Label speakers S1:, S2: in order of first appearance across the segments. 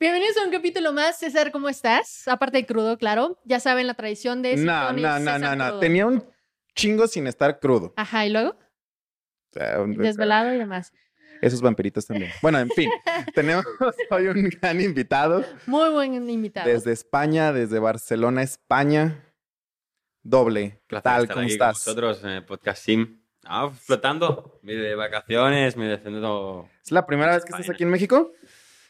S1: Bienvenidos a un capítulo más. César, ¿cómo estás? Aparte de crudo, claro. Ya saben la tradición de...
S2: No,
S1: Sintonic,
S2: no, no,
S1: César
S2: no, no.
S1: crudo.
S2: Tenía un chingo sin estar crudo.
S1: Ajá, y luego
S2: O sea, un-
S1: desvelado y demás.
S2: Esos vampiritos también. Bueno, en fin, tenemos hoy un gran invitado
S1: Muy buen invitado.
S2: desde España, desde Barcelona, España. Doble. ¿Qué
S3: Placer
S2: tal?
S3: estar
S2: ¿Cómo
S3: aquí con
S2: estás?
S3: Vosotros en el podcast Sim. Ah, flotando. Me de vacaciones, me defendo.
S2: ¿Es la primera vez que estás aquí en México?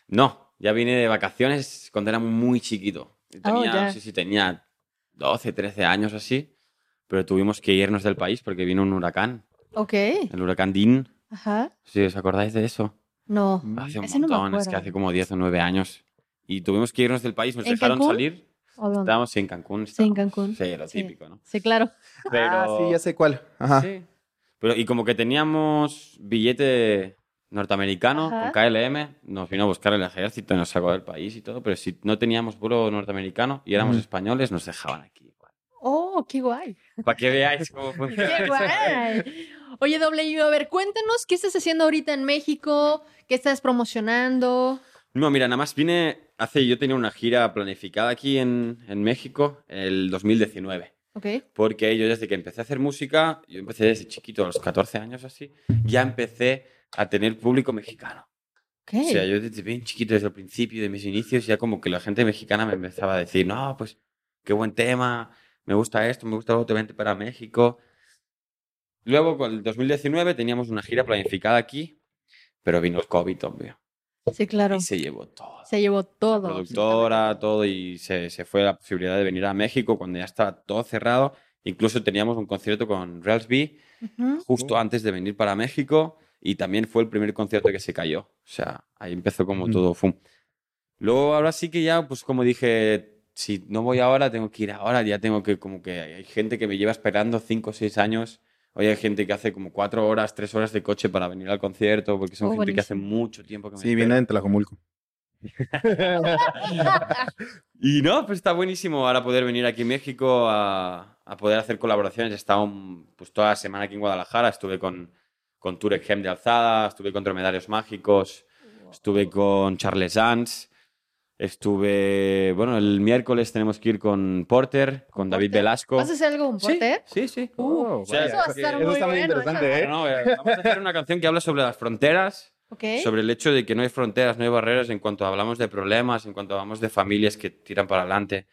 S3: No, ya vine de vacaciones cuando era muy chiquito. Tenía,
S1: Oh, ya.
S3: No sé si tenía 12, 13 años o así. Pero tuvimos que irnos del país porque vino un huracán.
S1: Ok.
S3: El huracán Dean.
S1: Ajá.
S3: Si os acordáis de eso.
S1: No.
S3: Hace un
S1: Mm. Ese no me
S3: montón, es que
S1: acuerdo.
S3: hace como 10 o 9 años. Y tuvimos que irnos del país, nos
S1: ¿En
S3: dejaron
S1: Cancún?
S3: salir.
S1: ¿O dónde?
S3: Estábamos en Cancún.
S1: Sí, en
S3: estábamos-
S1: Cancún.
S3: Sí, lo
S1: Sí.
S3: típico, ¿no?
S1: Sí, claro.
S3: Pero...
S2: Ah, sí, ya sé cuál. Ajá.
S3: Sí. Pero, y como que teníamos billete norteamericano
S1: Ajá.
S3: con KLM, nos vino a buscar el ejército y nos sacó del país y todo, pero si no teníamos vuelo norteamericano y éramos
S2: Mm.
S3: españoles, nos dejaban aquí.
S1: Oh, qué guay.
S3: Para que veáis cómo funciona.
S1: Qué
S3: esto.
S1: guay. Oye, W, a ver, cuéntanos qué estás haciendo ahorita en México, qué estás promocionando.
S3: No, mira, nada más vine, hace yo tenía una gira planificada aquí en, en México el 2019.
S1: Ok.
S3: Porque yo desde que empecé a hacer música, yo empecé desde chiquito, a los 14 años así, ya empecé a tener público mexicano.
S1: Ok.
S3: O sea, yo desde bien chiquito, desde el principio de mis inicios, ya como que la gente mexicana me empezaba a decir, no, pues qué buen tema, me gusta esto, me gusta lo otro, vente para México. Luego, con el 2019, teníamos una gira planificada aquí, pero vino el COVID, obvio.
S1: Sí, claro.
S3: Y se llevó todo.
S1: Se llevó todo.
S3: Productora, todo, y se, se fue la posibilidad de venir a México cuando ya estaba todo cerrado. Incluso teníamos un concierto con Ralph B
S1: Ujú.
S3: justo antes de venir para México y también fue el primer concierto que se cayó. O sea, ahí empezó como
S2: Ujú.
S3: todo fum. Luego ahora sí que ya, pues como dije, si no voy ahora, tengo que ir ahora, ya tengo que, como que hay gente que me lleva esperando 5 o 6 años. Hoy hay gente que hace como 4 horas, 3 horas de coche para venir al concierto, porque son
S1: Oh,
S3: gente que hace
S1: buenísimo.
S3: mucho tiempo que me
S2: Sí, viene de Tlajomulco.
S3: Y no, pues está buenísimo ahora poder venir aquí a México a, a poder hacer colaboraciones. He estado mm, pues, toda la semana aquí en Guadalajara. Estuve con, con Turek Hem de Alzada, estuve con Dromedarios Mágicos, estuve con Charles Sanz, estuve... Bueno, el miércoles tenemos que ir con Porter, con,
S1: ¿Con
S3: David
S1: Porter?
S3: Velasco.
S1: ¿Vas a hacer algo con
S3: Sí,
S1: Porter?
S3: Sí, sí.
S2: Oh,
S3: sea,
S2: vaya.
S1: Eso va a estar
S3: Eso
S1: muy
S2: está muy
S1: bueno,
S2: interesante,
S1: eso.
S2: ¿eh?
S3: No, no, eh, vamos a hacer una canción que habla sobre las fronteras
S1: Ok.
S3: sobre el hecho de que no hay fronteras, no hay barreras en cuanto hablamos de problemas, en cuanto hablamos de familias que tiran para adelante,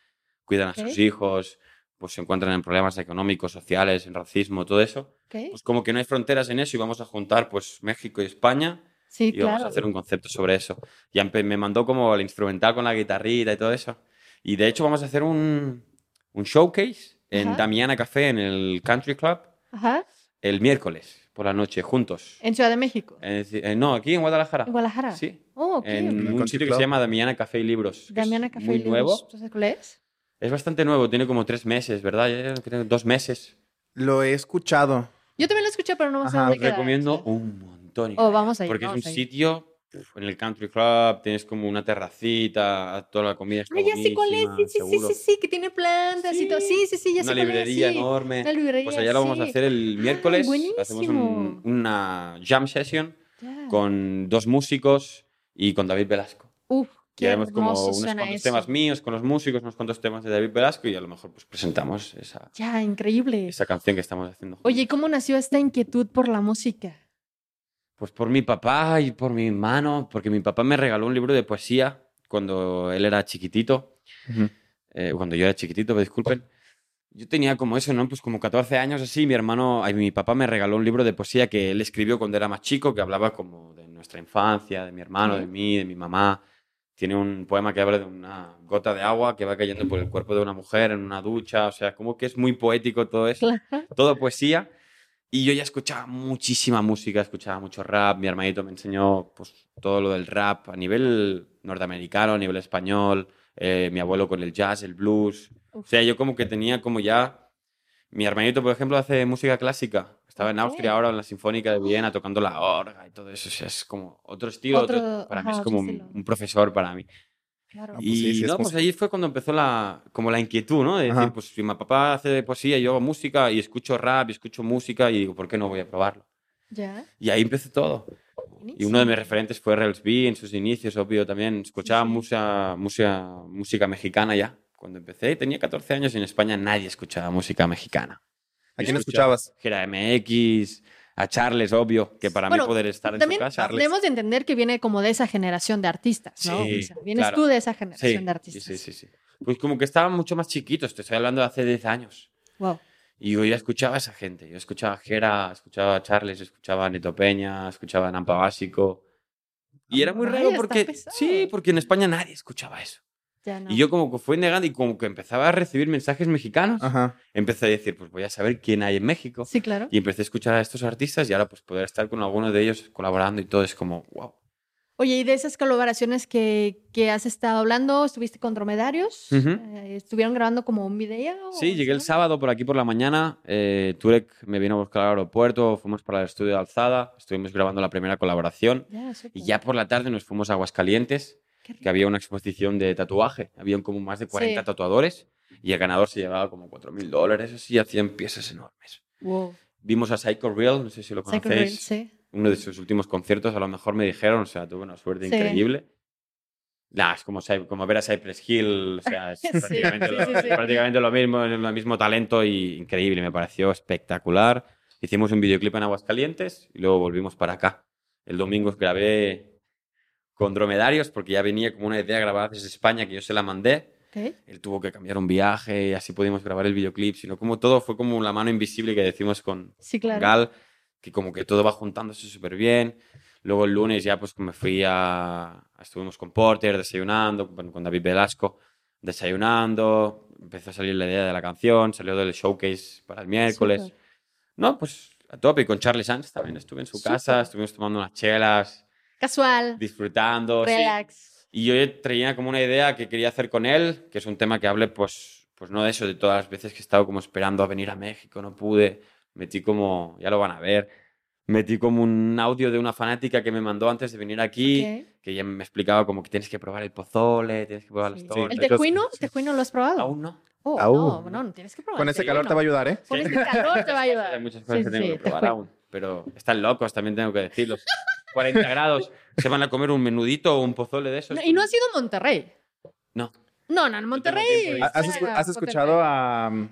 S3: cuidan
S1: Ok.
S3: a sus hijos, pues se encuentran en problemas económicos, sociales, en racismo, todo eso.
S1: ok.
S3: Pues como que no hay fronteras en eso y vamos a juntar pues México y España
S1: Sí,
S3: y vamos a
S1: claro.
S3: hacer un concepto sobre eso. Y empe- me mandó como el instrumental con la guitarrita y todo eso. Y de hecho vamos a hacer un, un showcase en
S1: Ajá.
S3: Damiana Café, en el Country Club,
S1: Ajá.
S3: el miércoles por la noche, juntos.
S1: En Ciudad de México.
S3: Eh, eh, no, aquí en Guadalajara.
S1: En Guadalajara.
S3: Sí,
S1: Oh, ok.
S3: en
S2: ok.
S3: un
S2: Country
S3: sitio que
S2: Club.
S3: se llama Damiana Café y Libros. que es
S1: Damiana Café.
S3: Muy
S1: Libros.
S3: nuevo.
S1: ¿Tú sabes cuál es?
S3: Es bastante nuevo, tiene como tres meses, ¿verdad? Ya creo que dos meses.
S2: Lo he escuchado.
S1: Yo también lo escuché, pero no me sé
S2: Ajá,
S1: dónde
S3: Os
S1: queda.
S3: recomiendo un montón.
S1: Oh, vamos ahí.
S3: porque es un
S1: vamos ahí.
S3: sitio pf, en el country club, tienes como una terracita, toda la comida está
S1: Ah, ya sé cuál es.
S3: buenísima,
S1: Sí, sí, sí,
S3: seguro.
S1: sí, sí, que tiene plantas y todo. Sí, sí, sí, ya sé
S3: Una
S1: cuál es,
S3: librería
S1: sí.
S3: enorme.
S1: Una librería.
S3: Pues allá lo vamos a
S1: sí. Ah,
S3: hacer el miércoles. Hacemos un-
S1: buenísimo.
S3: una jam session
S1: Ya.
S3: con dos músicos y con David Velasco.
S1: Uf,
S3: Y
S1: qué
S3: haremos como
S1: hermoso
S3: unos
S1: suena
S3: cuantos
S1: eso.
S3: temas míos con los músicos, unos cuantos temas de David Velasco y a lo mejor pues presentamos esa,
S1: Ya, increíble.
S3: esa canción que estamos haciendo. juntos.
S1: Oye, ¿y ¿cómo nació esta inquietud por la música?
S3: Pues por mi papá y por mi hermano, porque mi papá me regaló un libro de poesía cuando él era chiquitito, eh, cuando yo era chiquitito, disculpen. Yo tenía como eso, ¿no? Pues como 14 años así, mi hermano, ay, mi papá me regaló un libro de poesía que él escribió cuando era más chico, que hablaba como de nuestra infancia, de mi hermano, de
S1: Ok.
S3: mí, de mi mamá. Tiene un poema que habla de una gota de agua que va cayendo por el cuerpo de una mujer en una ducha, o sea, como que es muy poético todo eso
S1: Claro.
S3: todo poesía. Y yo ya escuchaba muchísima música, escuchaba mucho rap. Mi hermanito me enseñó pues, todo lo del rap a nivel norteamericano, a nivel español. eh, mi abuelo con el jazz, el blues. O sea, yo como que tenía como ya... Mi hermanito, por ejemplo, hace música clásica. Estaba en
S1: Ok.
S3: Austria ahora en la Sinfónica de Viena tocando la orga y todo eso. O sea, es como otro estilo. otro-
S1: Otro-
S3: para mí
S1: ajá,
S3: es
S1: otro
S3: como un,
S1: estilo.
S3: un profesor para mí.
S1: Claro.
S2: pues sí,
S3: Y
S2: sí, es
S3: no, pues
S2: música.
S3: ahí fue cuando empezó la, como la inquietud, ¿no? De
S2: Ajá.
S3: decir, pues si mi papá hace poesía, yo hago música y escucho rap y escucho música y digo, ¿por qué no voy a probarlo?
S1: Ya.
S3: Y ahí empezó todo. Y uno de mis referentes fue Rels B en sus inicios, obvio, también. Escuchaba
S1: Sí.
S3: mucha, música, música mexicana ya. Cuando empecé, tenía 14 años y en España nadie escuchaba música mexicana.
S2: ¿A
S3: Yo
S2: quién
S3: escuchaba
S2: escuchabas?
S3: Gera MX, a Charles, obvio, que para
S1: Bueno,
S3: mí poder estar en su
S1: También
S3: casa.
S1: debemos de entender que viene como de esa generación de artistas, ¿no?
S3: Sí,
S1: O sea, vienes
S3: claro.
S1: tú de esa
S3: Sí,
S1: generación de
S3: sí,
S1: artistas.
S3: sí, sí, sí. Pues como que estaban mucho más chiquitos, te estoy hablando de hace 10 años.
S1: Wow.
S3: Y yo ya escuchaba a esa gente. Yo escuchaba a Jera, escuchaba a Charles, escuchaba a Neto Peña, escuchaba a Nampa Básico. Y era muy
S1: Vaya,
S3: raro
S1: está
S3: porque.
S1: pesado.
S3: Sí, porque en España nadie escuchaba eso.
S1: Ya no.
S3: Y yo como que fui negando y como que empezaba a recibir mensajes mexicanos,
S2: Ajá.
S3: empecé a decir, pues voy a saber quién hay en México.
S1: Sí, claro.
S3: Y empecé a escuchar a estos artistas y ahora pues poder estar con alguno de ellos colaborando y todo es como, wow.
S1: Oh, Oye, y de esas colaboraciones que, que has estado hablando, estuviste con Dromedarios,
S3: Ujú.
S1: Eh, estuvieron grabando como un video.
S3: Sí,
S1: o
S3: llegué el
S1: sea?
S3: sábado por aquí por la mañana. eh, Turek me vino a buscar al aeropuerto, fuimos para el estudio de Alzada, estuvimos grabando la primera colaboración
S1: Ya, súper.
S3: y ya por la tarde nos fuimos a Aguascalientes,
S1: Qué rico.
S3: que había una exposición de tatuaje. Habían como más de 40
S1: Sí.
S3: tatuadores y el ganador se llevaba como 4.000 dólares, así, hacían piezas enormes.
S1: Wow.
S3: Vimos a Psycho Real, no sé si lo
S1: Psycho
S3: conocéis,
S1: Reel, sí.
S3: uno de sus últimos conciertos, a lo mejor me dijeron, o sea, tuve una suerte
S1: Sí.
S3: increíble. Nah, es como, Cy- como ver a Cypress Hill, o sea, es
S1: Sí,
S3: prácticamente,
S1: sí,
S3: lo,
S1: sí, sí.
S3: es prácticamente lo mismo, es el mismo talento y increíble, me pareció espectacular. Hicimos un videoclip en Aguascalientes y luego volvimos para acá. El domingo grabé con Dromedarios porque ya venía como una idea grabada desde España que yo se la mandé
S1: Ok.
S3: él tuvo que cambiar un viaje y así pudimos grabar el videoclip, sino como todo fue como la mano invisible que decimos con
S1: Sí, claro.
S3: Gal, que como que todo va juntándose súper bien. Luego el lunes ya pues me fui a... Estuvimos con Porter desayunando, bueno, con David Velasco desayunando, empezó a salir la idea de la canción, salió del showcase para el miércoles.
S1: Súper.
S3: No, pues a tope, y con Charlie Sanz también estuve en su casa,
S1: Súper.
S3: estuvimos tomando unas chelas,
S1: Casual,
S3: disfrutando. sí.
S1: relax.
S3: Y yo traía como una idea que quería hacer con él, que es un tema que hable, pues, pues no de eso, de todas las veces que he estado como esperando a venir a México, no pude. Metí como, ya lo van a ver, metí como un audio de una fanática que me mandó antes de venir aquí,
S1: Ok.
S3: que ella me explicaba como que tienes que probar el pozole, tienes que probar
S1: Sí.
S3: las tortas.
S1: ¿El
S2: te-
S1: tejuino? ¿Tejuino lo has probado?
S3: Aún no.
S1: Oh,
S2: Aún.
S1: No, no, no, tienes que probar.
S2: Con
S1: el
S2: ese calor te va a
S1: tejuino.
S2: ayudar, ¿eh?
S1: Con ese calor te va a ayudar.
S3: Hay muchas cosas
S1: Ah, Sí,
S3: que tengo
S1: sí,
S3: que probar
S1: tejuino.
S3: aún, pero están locos, también tengo que decirlo. 40 grados, se van a comer un menudito o un pozole de esos.
S1: No, y no ha sido Monterrey.
S3: No.
S1: No, no, en
S3: tiempo de
S1: Monterrey.
S3: ir.
S2: ¿Has,
S1: es
S2: escu-
S1: una
S2: has escuchado a um,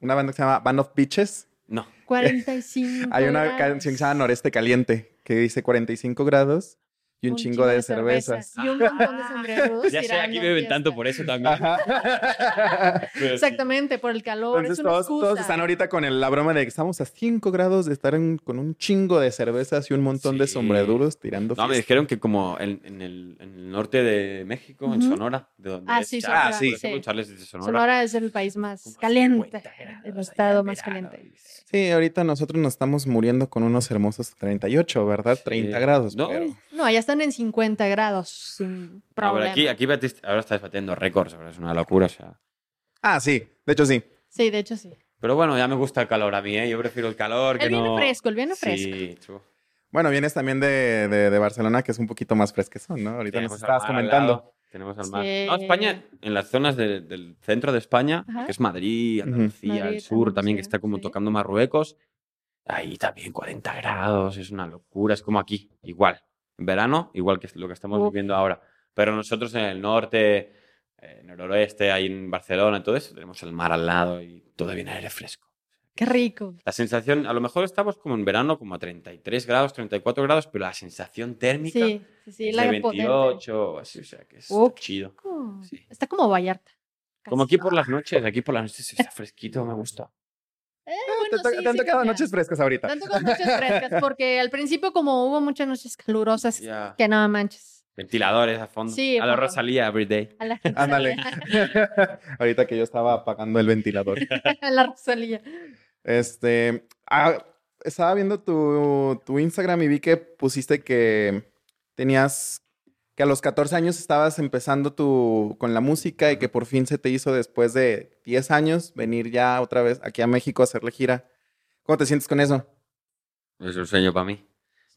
S2: una banda que se llama Band of Bitches?
S3: No.
S1: 45.
S2: Hay una
S1: grados.
S2: canción que se llama Noreste Caliente que dice 45 grados y un, chingo, de, cervezas.
S1: Y un montón de sombreros.
S3: Ya sé, aquí
S1: tirando
S3: beben tanto
S1: fiesta.
S3: por eso también.
S2: Ajá.
S3: pero sí.
S1: Exactamente, por el calor.
S2: Entonces
S1: es una
S2: todos, todos
S1: excusa.
S2: están ahorita con el- la broma de que estamos a 5 grados de estar en- con un chingo de cervezas y un montón de
S3: Sí.
S2: sombreduros tirando.
S3: No, me
S2: fiesta.
S3: dijeron que como en, en el, en el norte de México, en
S1: Ujú.
S3: Sonora, de donde
S1: Ah,
S3: es
S1: sí,
S3: Charles,
S2: Sonora,
S3: por
S2: sí.
S3: ejemplo, Charles es de Sonora.
S1: Sonora es el país más
S3: como
S1: caliente,
S3: 50 grados
S1: el
S3: allá
S1: estado
S3: en
S1: más
S3: verano,
S1: caliente.
S3: y-
S2: Sí, ahorita nosotros nos estamos muriendo con unos hermosos 38, ¿verdad? 30
S3: Sí.
S2: grados.
S3: No,
S2: pero-
S1: No, allá están en 50 grados sin
S3: no, pero
S1: problema.
S3: Ah, aquí, aquí batiste- ahora estás batiendo récords, ahora es una locura. o sea.
S2: Ah, sí, de hecho sí.
S1: Sí, de hecho sí.
S3: Pero bueno, ya me gusta el calor a mí, ¿eh? yo prefiero el calor que
S1: El vino
S3: no...
S1: fresco, el vino fresco.
S3: Sí, true.
S2: Bueno, vienes también de, de- de Barcelona, que es un poquito más fresquezón, ¿no? Ahorita
S3: Tenemos
S2: nos
S3: pues, al
S2: estabas
S3: mar al
S2: comentando.
S3: lado, Tenemos al mar.
S1: Sí.
S3: No, España, en las zonas de- del centro de España,
S1: Ajá.
S3: que es Madrid,
S2: Ujú.
S3: Andalucía,
S1: Madrid,
S3: el sur
S1: Andalucía,
S3: también, que está como
S1: sí.
S3: tocando Marruecos, ahí también 40 grados, es una locura, es como aquí, igual. En verano, igual que lo que estamos
S1: Uf.
S3: viviendo ahora. Pero nosotros en el norte, eh, en el noroeste, ahí en Barcelona, todo eso, tenemos el mar al lado y todo viene aire fresco.
S1: Qué rico.
S3: La sensación, a lo mejor estamos como en verano, como a 33 grados, 34 grados, pero la sensación térmica
S1: Sí, sí, sí.
S3: es
S1: La
S3: de
S1: potente.
S3: 28 o así, o sea que es
S1: Uf.
S3: chido.
S1: Oh,
S3: Sí.
S1: Está como Vallarta.
S3: Como aquí por las noches, aquí por las noches está fresquito, me gusta.
S2: Eh, Ah, Te, to- te han tocado noches frescas ahorita.
S1: Tanto con noches frescas, porque al principio como hubo muchas noches calurosas,
S3: Ya.
S1: que no manches.
S3: Ventiladores a fondo.
S1: Sí,
S3: a
S1: por
S3: la
S1: favor.
S3: Rosalía, everyday.
S1: A la gente
S2: Ándale. ahorita que yo estaba apagando el ventilador.
S1: A la Rosalía.
S2: Este, ah, estaba viendo tu, tu Instagram y vi que pusiste que tenías, que a los 14 años estabas empezando tu, con la música y que por fin se te hizo después de 10 años venir ya otra vez aquí a México a hacer la gira. ¿Cómo te sientes con eso?
S3: Es un sueño para mí.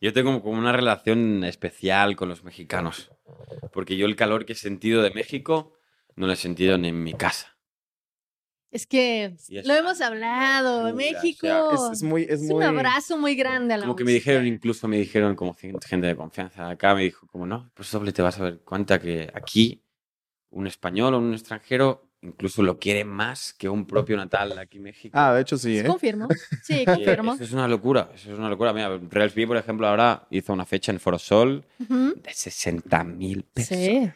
S3: Yo tengo como una relación especial con los mexicanos. Porque yo el calor que he sentido de México no lo he sentido ni en mi casa.
S1: Es que
S3: Y es
S1: lo hemos
S3: una
S1: hablado.
S3: locura,
S1: México.
S3: o
S2: Es, es muy, es
S1: es
S2: muy...
S1: un abrazo muy grande a la
S3: Como que me
S1: música.
S3: dijeron, incluso me dijeron como gen- gente de confianza. Acá me dijo, como no, pues doble te vas a dar cuenta que aquí un español o un extranjero incluso lo quiere más que un propio natal aquí en México.
S2: Ah, de hecho sí,
S1: Sí,
S2: ¿eh?
S1: Confirmo. Sí,
S3: Y, eh,
S1: confirmo.
S3: Eso es una locura, eso es una locura. Mira, Real B, por ejemplo, ahora hizo una fecha en Forosol
S1: Ujú.
S3: de 60.000 pesos.
S1: Sí.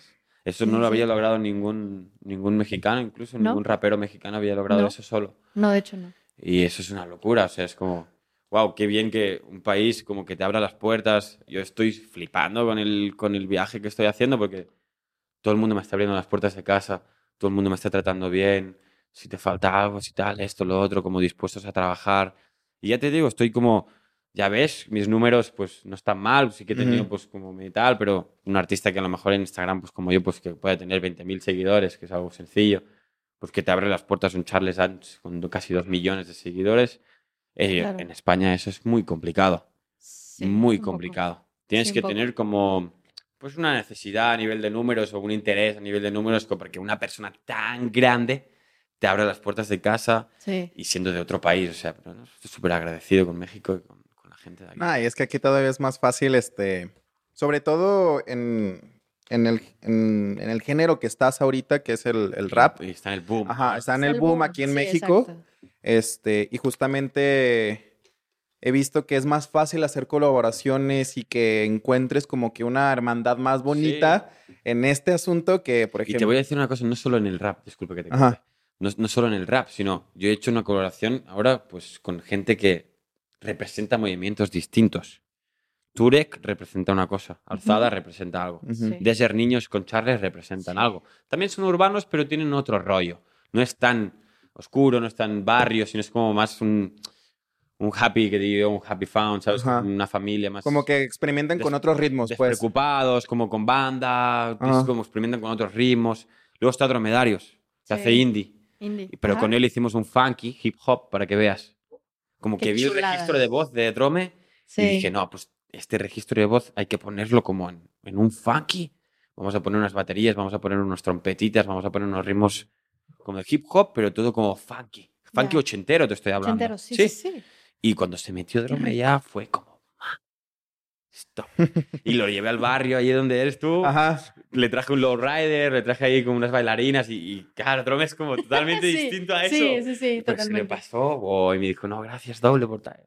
S3: Eso
S1: Sí,
S3: no lo
S1: sí.
S3: había logrado ningún, ningún mexicano, incluso
S1: No.
S3: ningún rapero mexicano había logrado
S1: No.
S3: eso solo.
S1: No, de hecho no.
S3: Y eso es una locura, o sea, es como, wow, qué bien que un país como que te abra las puertas. Yo estoy flipando con el, con el viaje que estoy haciendo porque todo el mundo me está abriendo las puertas de casa, todo el mundo me está tratando bien, si te falta algo, si tal, esto, lo otro, como dispuestos a trabajar. Y ya te digo, estoy como, ya ves, mis números pues no están mal, sí que he tenido
S2: Ujú.
S3: pues como mi tal, pero un artista que a lo mejor en Instagram pues como yo pues que puede tener 20.000 seguidores, que es algo sencillo, pues que te abre las puertas un Charles Dance con do- casi 2 millones de seguidores. Eh,
S1: Claro.
S3: En España eso es muy complicado
S1: Sí,
S3: muy
S1: un poco.
S3: complicado. Tienes
S1: un
S3: que
S1: poco.
S3: tener como pues una necesidad a nivel de números o un interés a nivel de números co- porque una persona tan grande te abra las puertas de casa
S1: Sí.
S3: y siendo de otro país. O sea, pero no, estoy súper agradecido con México y con, con la gente de aquí.
S2: Ah, y es que aquí todavía es más fácil, este, sobre todo en, en, el, en, en el género que estás ahorita, que es el, el rap.
S3: Y está en el boom.
S2: Ajá, está en
S1: Es
S2: el boom aquí en
S1: sí,
S2: México.
S1: exacto.
S2: Este, y justamente he visto que es más fácil hacer colaboraciones y que encuentres como que una hermandad más bonita en este asunto que, por
S3: Y
S2: ejemplo.
S3: te voy a decir una cosa, no solo en el rap, disculpe que te
S2: Ajá.
S3: corte. No, no solo en el rap, sino yo he hecho una colaboración ahora pues con gente que representa movimientos distintos. Turek representa una cosa, Alzada representa algo.
S2: Ujú.
S1: Sí.
S3: de ser niños con charles representan
S1: Sí.
S3: algo. También son urbanos, pero tienen otro rollo. No es tan oscuro, no es tan barrio, sino es como más un, un happy, que digo, un happy found, ¿sabes?
S2: Ajá.
S3: Una familia más
S2: Como que experimentan con
S3: Des-
S2: otros ritmos, pues.
S3: despreocupados, como con banda,
S2: Ah.
S3: es como experimentan con otros ritmos. Luego está Dromedarios, que
S1: Sí.
S3: hace indie.
S1: Indie.
S3: Pero
S1: Ajá.
S3: con él hicimos un funky, hip hop, para que veas. Como
S1: Qué
S3: que vi el
S1: chulada.
S3: registro de voz de Drome
S1: Sí.
S3: y dije, no, pues este registro de voz hay que ponerlo como en, en un funky. Vamos a poner unas baterías, vamos a poner unas trompetitas, vamos a poner unos ritmos como de hip hop, pero todo como funky. Funky
S1: Ya.
S3: ochentero te estoy hablando.
S1: Ochentero, sí, sí, sí.
S3: Y cuando se metió Drome ya fue como... "Ma, Stop. Y lo llevé al barrio, allí donde eres tú.
S2: Ajá.
S3: Le traje un lowrider, le traje ahí como unas bailarinas y, y, claro, Drome es como totalmente
S1: Sí,
S3: distinto a eso.
S1: Sí, sí, sí,
S3: Pero se le
S1: totalmente.
S3: pasó wow, y me dijo, no, gracias doble por tal.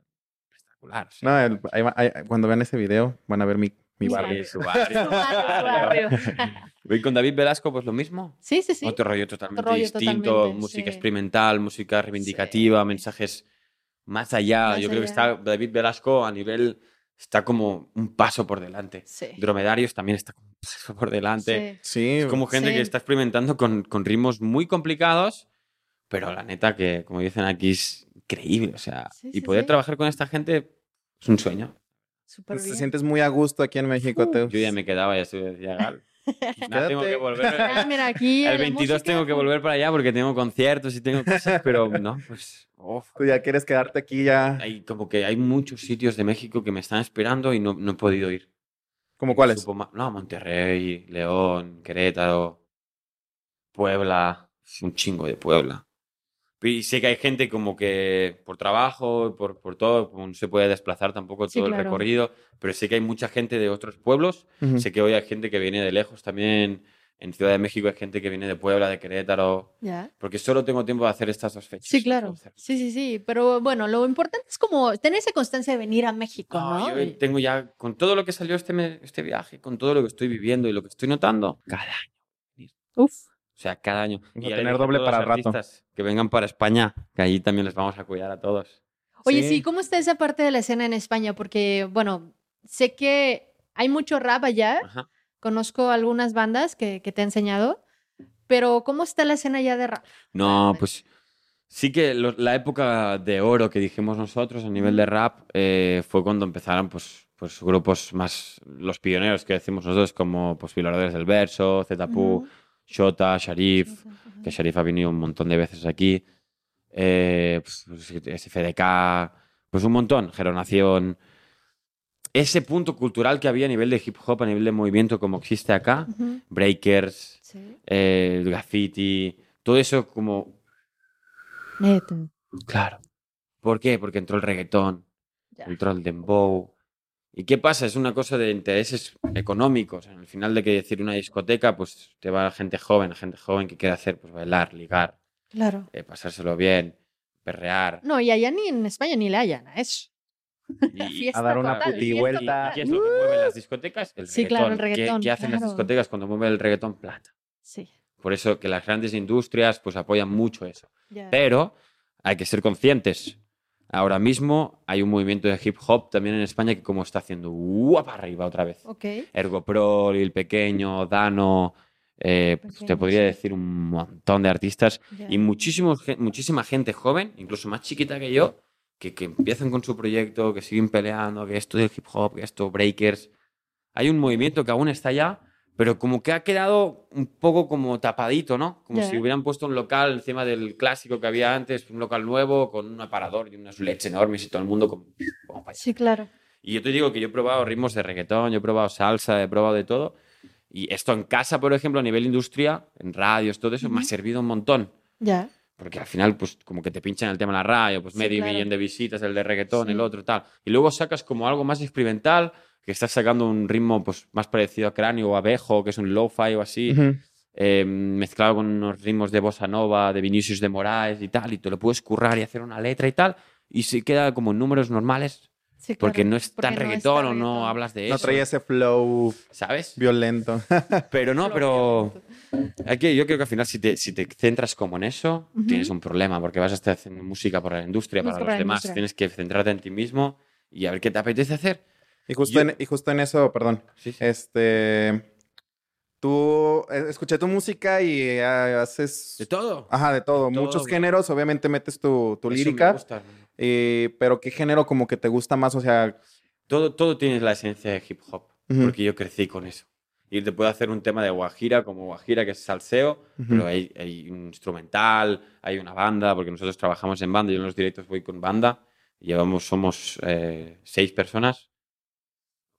S3: Espectacular. o sea,
S2: No, el- ahí va- ahí- cuando vean ese video van a ver mi, mi
S1: Mi
S2: barrio.
S1: barrio.
S3: su barrio.
S1: Tu barrio, tu barrio.
S3: Voy con David Velasco, pues lo mismo.
S1: Sí, sí, sí.
S3: Otro rollo totalmente
S1: rollo
S3: distinto,
S1: totalmente,
S3: música
S1: sí.
S3: experimental, música reivindicativa, mensajes más allá.
S1: Más
S3: Yo creo que
S1: allá.
S3: está David Velasco a nivel, está como un paso por delante.
S1: Sí.
S3: Dromedarios también está como un paso por delante.
S1: sí.
S2: Sí,
S3: Es como gente
S1: Sí.
S3: que está experimentando con, con ritmos muy complicados, pero la neta que, como dicen aquí, es increíble. O sea,
S1: Sí,
S3: y
S1: sí,
S3: poder
S1: sí.
S3: trabajar con esta gente es un sueño.
S1: Súper
S2: te
S1: bien.
S2: sientes muy a gusto aquí en México.
S1: Uh,
S2: Teo.
S3: Yo ya me quedaba, ya estuve, decía, Gal, nada, tengo que
S2: Quédate.
S1: Ah,
S3: volver.
S1: mira, aquí.
S3: El
S1: la
S3: 22 tengo
S1: música,
S3: que volver para allá porque tengo conciertos y tengo cosas, pero no, pues... uf.
S2: Tú ya quieres quedarte aquí ya.
S3: Hay como que hay muchos sitios de México que me están esperando y no, no he podido ir.
S2: ¿Cómo cuáles?
S3: Supo ma- No, Monterrey, León, Querétaro, Puebla, un chingo de Puebla. Y sé que hay gente como que por trabajo, por, por todo, como no se puede desplazar tampoco
S1: Sí,
S3: todo el
S1: claro.
S3: recorrido, pero sé que hay mucha gente de otros pueblos.
S2: Ujú.
S3: Sé que hoy hay gente que viene de lejos también. En Ciudad de México hay gente que viene de Puebla, de Querétaro,
S1: Ya.
S3: porque solo tengo tiempo de hacer estas dos fechas.
S1: Sí, claro. Sí, sí, sí. Pero bueno, lo importante es como tener esa constancia de venir a México,
S3: No,
S1: ¿no?
S3: yo tengo ya, con todo lo que salió este, me- este viaje, con todo lo que estoy viviendo y lo que estoy notando, cada año.
S1: Uf.
S3: O sea, cada año.
S2: Vamos a
S3: ya le
S2: tener
S3: dije
S2: doble
S3: todos los
S2: para rato.
S3: artistas Que vengan para España, que allí también les vamos a cuidar a todos.
S1: Oye,
S2: Sí.
S1: sí. ¿cómo está esa parte de la escena en España? Porque, bueno, sé que hay mucho rap allá.
S3: Ajá.
S1: Conozco algunas bandas que, que te he enseñado. Pero, ¿cómo está la escena ya de rap?
S3: No,
S1: Vale.
S3: pues sí que lo- la época de oro que dijimos nosotros a nivel de rap eh, fue cuando empezaron pues, pues grupos más, los pioneros que decimos nosotros, como pues Pilares del Verso, Zetapu,
S1: Ujú.
S3: Shota, Sharif,
S1: Ajá.
S3: que Sharif ha venido un montón de veces aquí, eh, pues, pues, SFDK, pues un montón, Geronación. Ese punto cultural que había a nivel de hip hop, a nivel de movimiento como existe acá,
S1: Ujú.
S3: breakers,
S1: Sí.
S3: eh, el graffiti, todo eso como
S1: Neta.
S3: Claro. ¿Por qué? Porque entró el reggaetón,
S1: Ya.
S3: entró el dembow. ¿Y qué pasa? Es una cosa de intereses económicos. En el final de que decir una discoteca, pues te va gente joven, gente joven que quiere hacer, pues bailar, ligar,
S1: Claro.
S3: eh, pasárselo bien, perrear.
S1: No, y allá ni en España ni le hallan a eso.
S3: Y,
S1: Fiesta
S2: a dar una
S1: total,
S2: putihuelta.
S1: fiesta total.
S3: ¿Y qué es lo que mueve las discotecas? El
S1: Sí, claro, el
S3: ¿Qué-
S1: reggaetón,
S3: ¿Qué, hacen las
S1: claro.
S3: discotecas cuando mueve el reggaetón? Plata.
S1: Sí.
S3: Por eso que las grandes industrias pues apoyan mucho eso.
S1: ya.
S3: Pero hay que ser conscientes. Ahora mismo hay un movimiento de hip hop también en España que como está haciendo guapa para arriba otra vez.
S1: Ok.
S3: Ergo Pro, Lil Pequeño, Dano, eh, pues te
S1: Pequeño,
S3: podría
S1: sí.
S3: decir un montón de artistas
S1: ya.
S3: y muchísimo, ge- muchísima gente joven, incluso más chiquita que yo, que, que empiezan con su proyecto, que siguen peleando, que esto del hip hop, que esto breakers. Hay un movimiento que aún está allá, pero como que ha quedado un poco como tapadito, ¿no? Como
S1: Ya.
S3: si hubieran puesto un local encima del clásico que había antes, un local nuevo con un aparador y unas LEDs enormes y todo el mundo como... "Vamos para allá".
S1: Sí, claro.
S3: Y yo te digo que yo he probado ritmos de reggaetón, yo he probado salsa, he probado de todo. Y esto en casa, por ejemplo, a nivel industria, en radios, todo eso, me ha
S1: Ujú.
S3: servido un montón.
S1: Ya.
S3: Porque al final, pues como que te pinchan el tema de la radio, pues
S1: Sí,
S3: medio
S1: claro.
S3: millón de visitas, el de reggaetón,
S1: Sí.
S3: el otro, tal. Y luego sacas como algo más experimental, que estás sacando un ritmo pues más parecido a cráneo o abejo, que es un lo-fi o así,
S2: Ujú.
S3: eh, mezclado con unos ritmos de bossa nova, de Vinicius de Moraes y tal, y te lo puedes currar y hacer una letra y tal, y se queda como en números normales,
S1: Sí, claro.
S3: porque no es tan
S1: Porque no es tan
S3: reggaetón o
S1: reggaetón.
S3: no hablas de
S2: No
S3: eso,
S2: traía ese flow
S3: ¿sabes?
S2: violento.
S3: Pero no,
S1: Lo
S3: pero...
S1: que-
S3: Hay que- yo creo que al final, si te, si te centras como en eso,
S1: Ujú.
S3: tienes un problema, porque vas a estar haciendo música para la industria,
S1: Música
S3: para
S1: para la
S3: los demás.
S1: industria.
S3: Tienes que centrarte en ti mismo y a ver qué te apetece hacer.
S2: Y justo,
S3: Yo-
S2: en, y justo en eso, perdón.
S3: Sí, sí.
S2: Este. Tú. eh, Escuché tu música y eh, haces.
S3: De todo.
S2: Ajá, de todo.
S3: de todo,
S2: Muchos
S3: güey.
S2: géneros. Obviamente metes tu, tu
S3: Eso me
S2: lírica.
S3: gusta.
S2: eh, pero ¿qué género como que te gusta más? O sea.
S3: Todo, todo tiene la esencia de hip hop,
S2: Ujú.
S3: porque yo crecí con eso. Y te puedo hacer un tema de guajira, como guajira, que es salseo,
S2: Ujú.
S3: pero hay, hay un instrumental, hay una banda, porque nosotros trabajamos en banda, yo en los directos voy con banda, llevamos, somos eh, seis personas,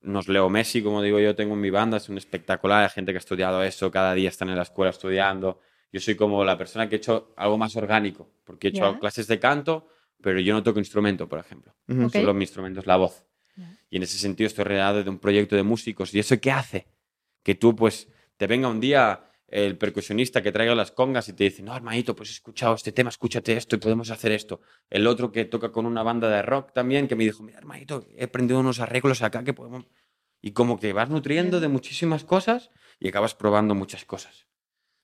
S3: nos leo Messi, como digo yo, tengo en mi banda, es un espectacular, hay gente que ha estudiado eso, cada día están en la escuela estudiando, yo soy como la persona que he hecho algo más orgánico, porque he hecho
S1: Ya.
S3: clases de canto, pero yo no toco instrumento, por ejemplo
S2: Ujú.
S1: Ok.
S3: solo mi instrumento es la voz.
S1: Ya.
S3: Y en ese sentido estoy rodeado de un proyecto de músicos. ¿Y eso qué hace? Que tú, pues, te venga un día el percusionista que traiga las congas y te dice, no, hermanito, pues he escuchado este tema, escúchate esto y podemos hacer esto. El otro que toca con una banda de rock también, que me dijo, mira, hermanito, he aprendido unos arreglos acá que podemos... Y como que vas nutriendo de muchísimas cosas y acabas probando muchas cosas.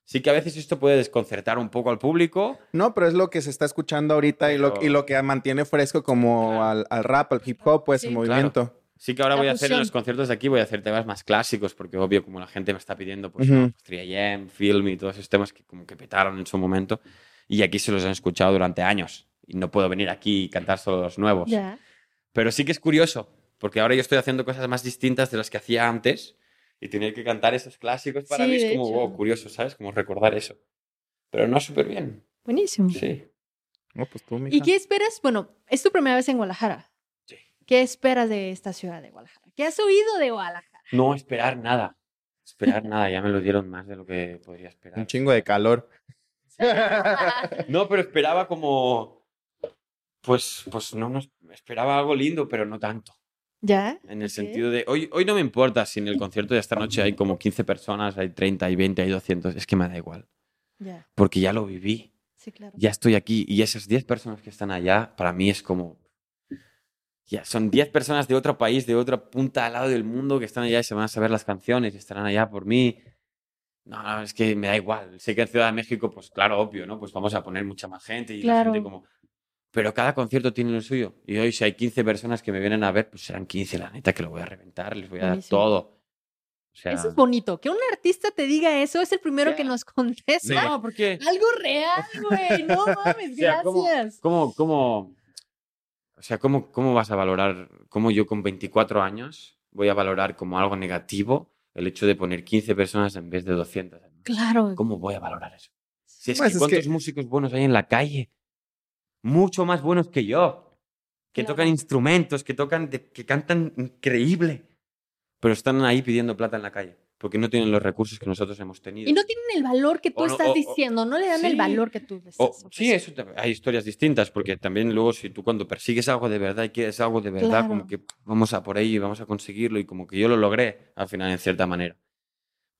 S3: Sí que a veces esto puede desconcertar un poco al público,
S2: No, pero es lo que se está escuchando ahorita y, lo,
S3: Pero-
S2: y lo que mantiene fresco como
S3: Claro.
S2: al, al rap, al hip hop, pues
S1: Sí.
S2: el movimiento.
S3: Sí que ahora
S1: La
S3: voy a hacer
S1: fusión.
S3: en los conciertos de aquí, voy a hacer temas más clásicos, porque obvio, como la gente me está pidiendo, pues,
S2: Ujú.
S3: no, pues, 3AM, Film y todos esos temas que como que petaron en su momento, y aquí se los han escuchado durante años, y no puedo venir aquí y cantar solo los nuevos.
S1: Ya.
S3: Pero sí que es curioso, porque ahora yo estoy haciendo cosas más distintas de las que hacía antes, y tener que cantar esos clásicos para
S1: Sí,
S3: mí es
S1: de
S3: como,
S1: hecho.
S3: wow, curioso, ¿sabes? Como recordar eso. Pero no súper bien,
S1: Buenísimo.
S3: sí.
S2: No, pues tú, mija.
S1: ¿Y qué esperas? Bueno, es tu primera vez en Guadalajara.
S3: Sí.
S1: ¿Qué esperas de esta ciudad de Guadalajara? ¿Qué has oído de Guadalajara?
S3: No esperar nada, esperar nada, ya me lo dieron más de lo que podría esperar.
S2: Un chingo de calor.
S3: No, pero esperaba como. Pues, pues no, no, esperaba algo lindo, pero no tanto.
S1: ¿Ya?
S3: En el
S1: Ok.
S3: sentido de. Hoy, hoy no me importa si en el concierto de esta noche hay como 15 personas, hay 30, hay 20, hay 200. Es que me da igual.
S1: Ya.
S3: Porque ya lo viví.
S1: Sí, claro.
S3: Ya estoy aquí. Y esas 10 personas que están allá, para mí es como. Ya, son 10 personas de otro país, de otra punta al lado del mundo que están allá y se van a saber las canciones y estarán allá por mí. No, no, es que me da igual. Sé que en Ciudad de México, pues claro, obvio, ¿no? Pues vamos a poner mucha más gente y la
S1: Claro.
S3: gente como... Pero cada concierto tiene lo suyo. Y hoy si hay 15 personas que me vienen a ver, pues serán 15, la neta, que lo voy a reventar, les voy a
S1: Buenísimo.
S3: dar todo. O sea,
S1: Eso es bonito. Que un artista te diga eso es el primero
S3: Ya.
S1: que nos contesta.
S3: no, porque...
S1: Algo real, güey. No mames,
S3: O sea, ¿cómo-
S1: gracias.
S3: ¿Cómo, cómo, o sea, cómo, cómo vas a valorar, cómo yo con 24 años voy a valorar como algo negativo el hecho de poner 15 personas en vez de 200?
S1: Claro.
S3: ¿Cómo voy a valorar eso? Si es
S2: Pues
S3: que
S2: es
S3: cuántos
S2: que-
S3: músicos buenos hay en la calle, mucho más buenos que yo, que
S1: Claro.
S3: tocan instrumentos, que tocan, de- que cantan increíble, pero están ahí pidiendo plata en la calle. porque no tienen los recursos que nosotros hemos tenido.
S1: Y no tienen el valor que tú
S3: O no-
S1: estás
S3: o- o-
S1: diciendo, no le dan el
S3: Sí.
S1: valor que tú pues. le
S3: O-
S1: estás
S3: sí, eso tam- hay historias distintas, porque también luego si tú cuando persigues algo de verdad y quieres algo de verdad,
S1: Claro.
S3: como que vamos a por ello y vamos a conseguirlo y como que yo lo logré al final en cierta manera.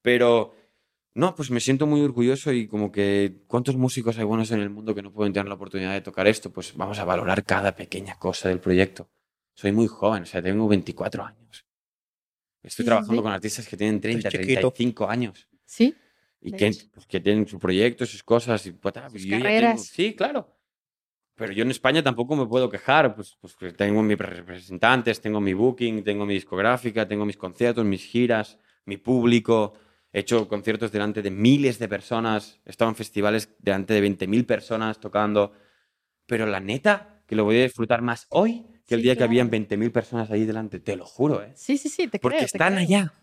S3: Pero no, pues me siento muy orgulloso y como que cuántos músicos hay buenos en el mundo que no pueden tener la oportunidad de tocar esto, pues vamos a valorar cada pequeña cosa del proyecto. Soy muy joven, o sea, tengo 24 años.
S1: Sí, sí,
S3: Estoy
S1: sí.
S3: trabajando con artistas que tienen 30,
S4: chiquito.
S3: 35 años
S1: Sí,
S3: y
S1: De
S3: que,
S1: hecho.
S3: pues, que tienen sus proyectos, sus cosas y pues, ah,
S1: Sus
S3: yo ya tengo-
S1: carreras.
S3: sí, claro. Pero yo en España tampoco me puedo quejar, pues, pues que tengo mis representantes, tengo mi booking, tengo mi discográfica, tengo mis conciertos, mis giras, mi público. He hecho conciertos delante de miles de personas, he estado en festivales delante de 20.000 personas tocando. Pero la neta, que lo voy a disfrutar más hoy que el
S1: Sí,
S3: día
S1: claro.
S3: que habían 20.000 personas ahí delante, te lo juro, ¿eh?
S1: sí, sí, sí, te
S3: Porque
S1: creo, te
S3: están
S1: creo.
S3: allá.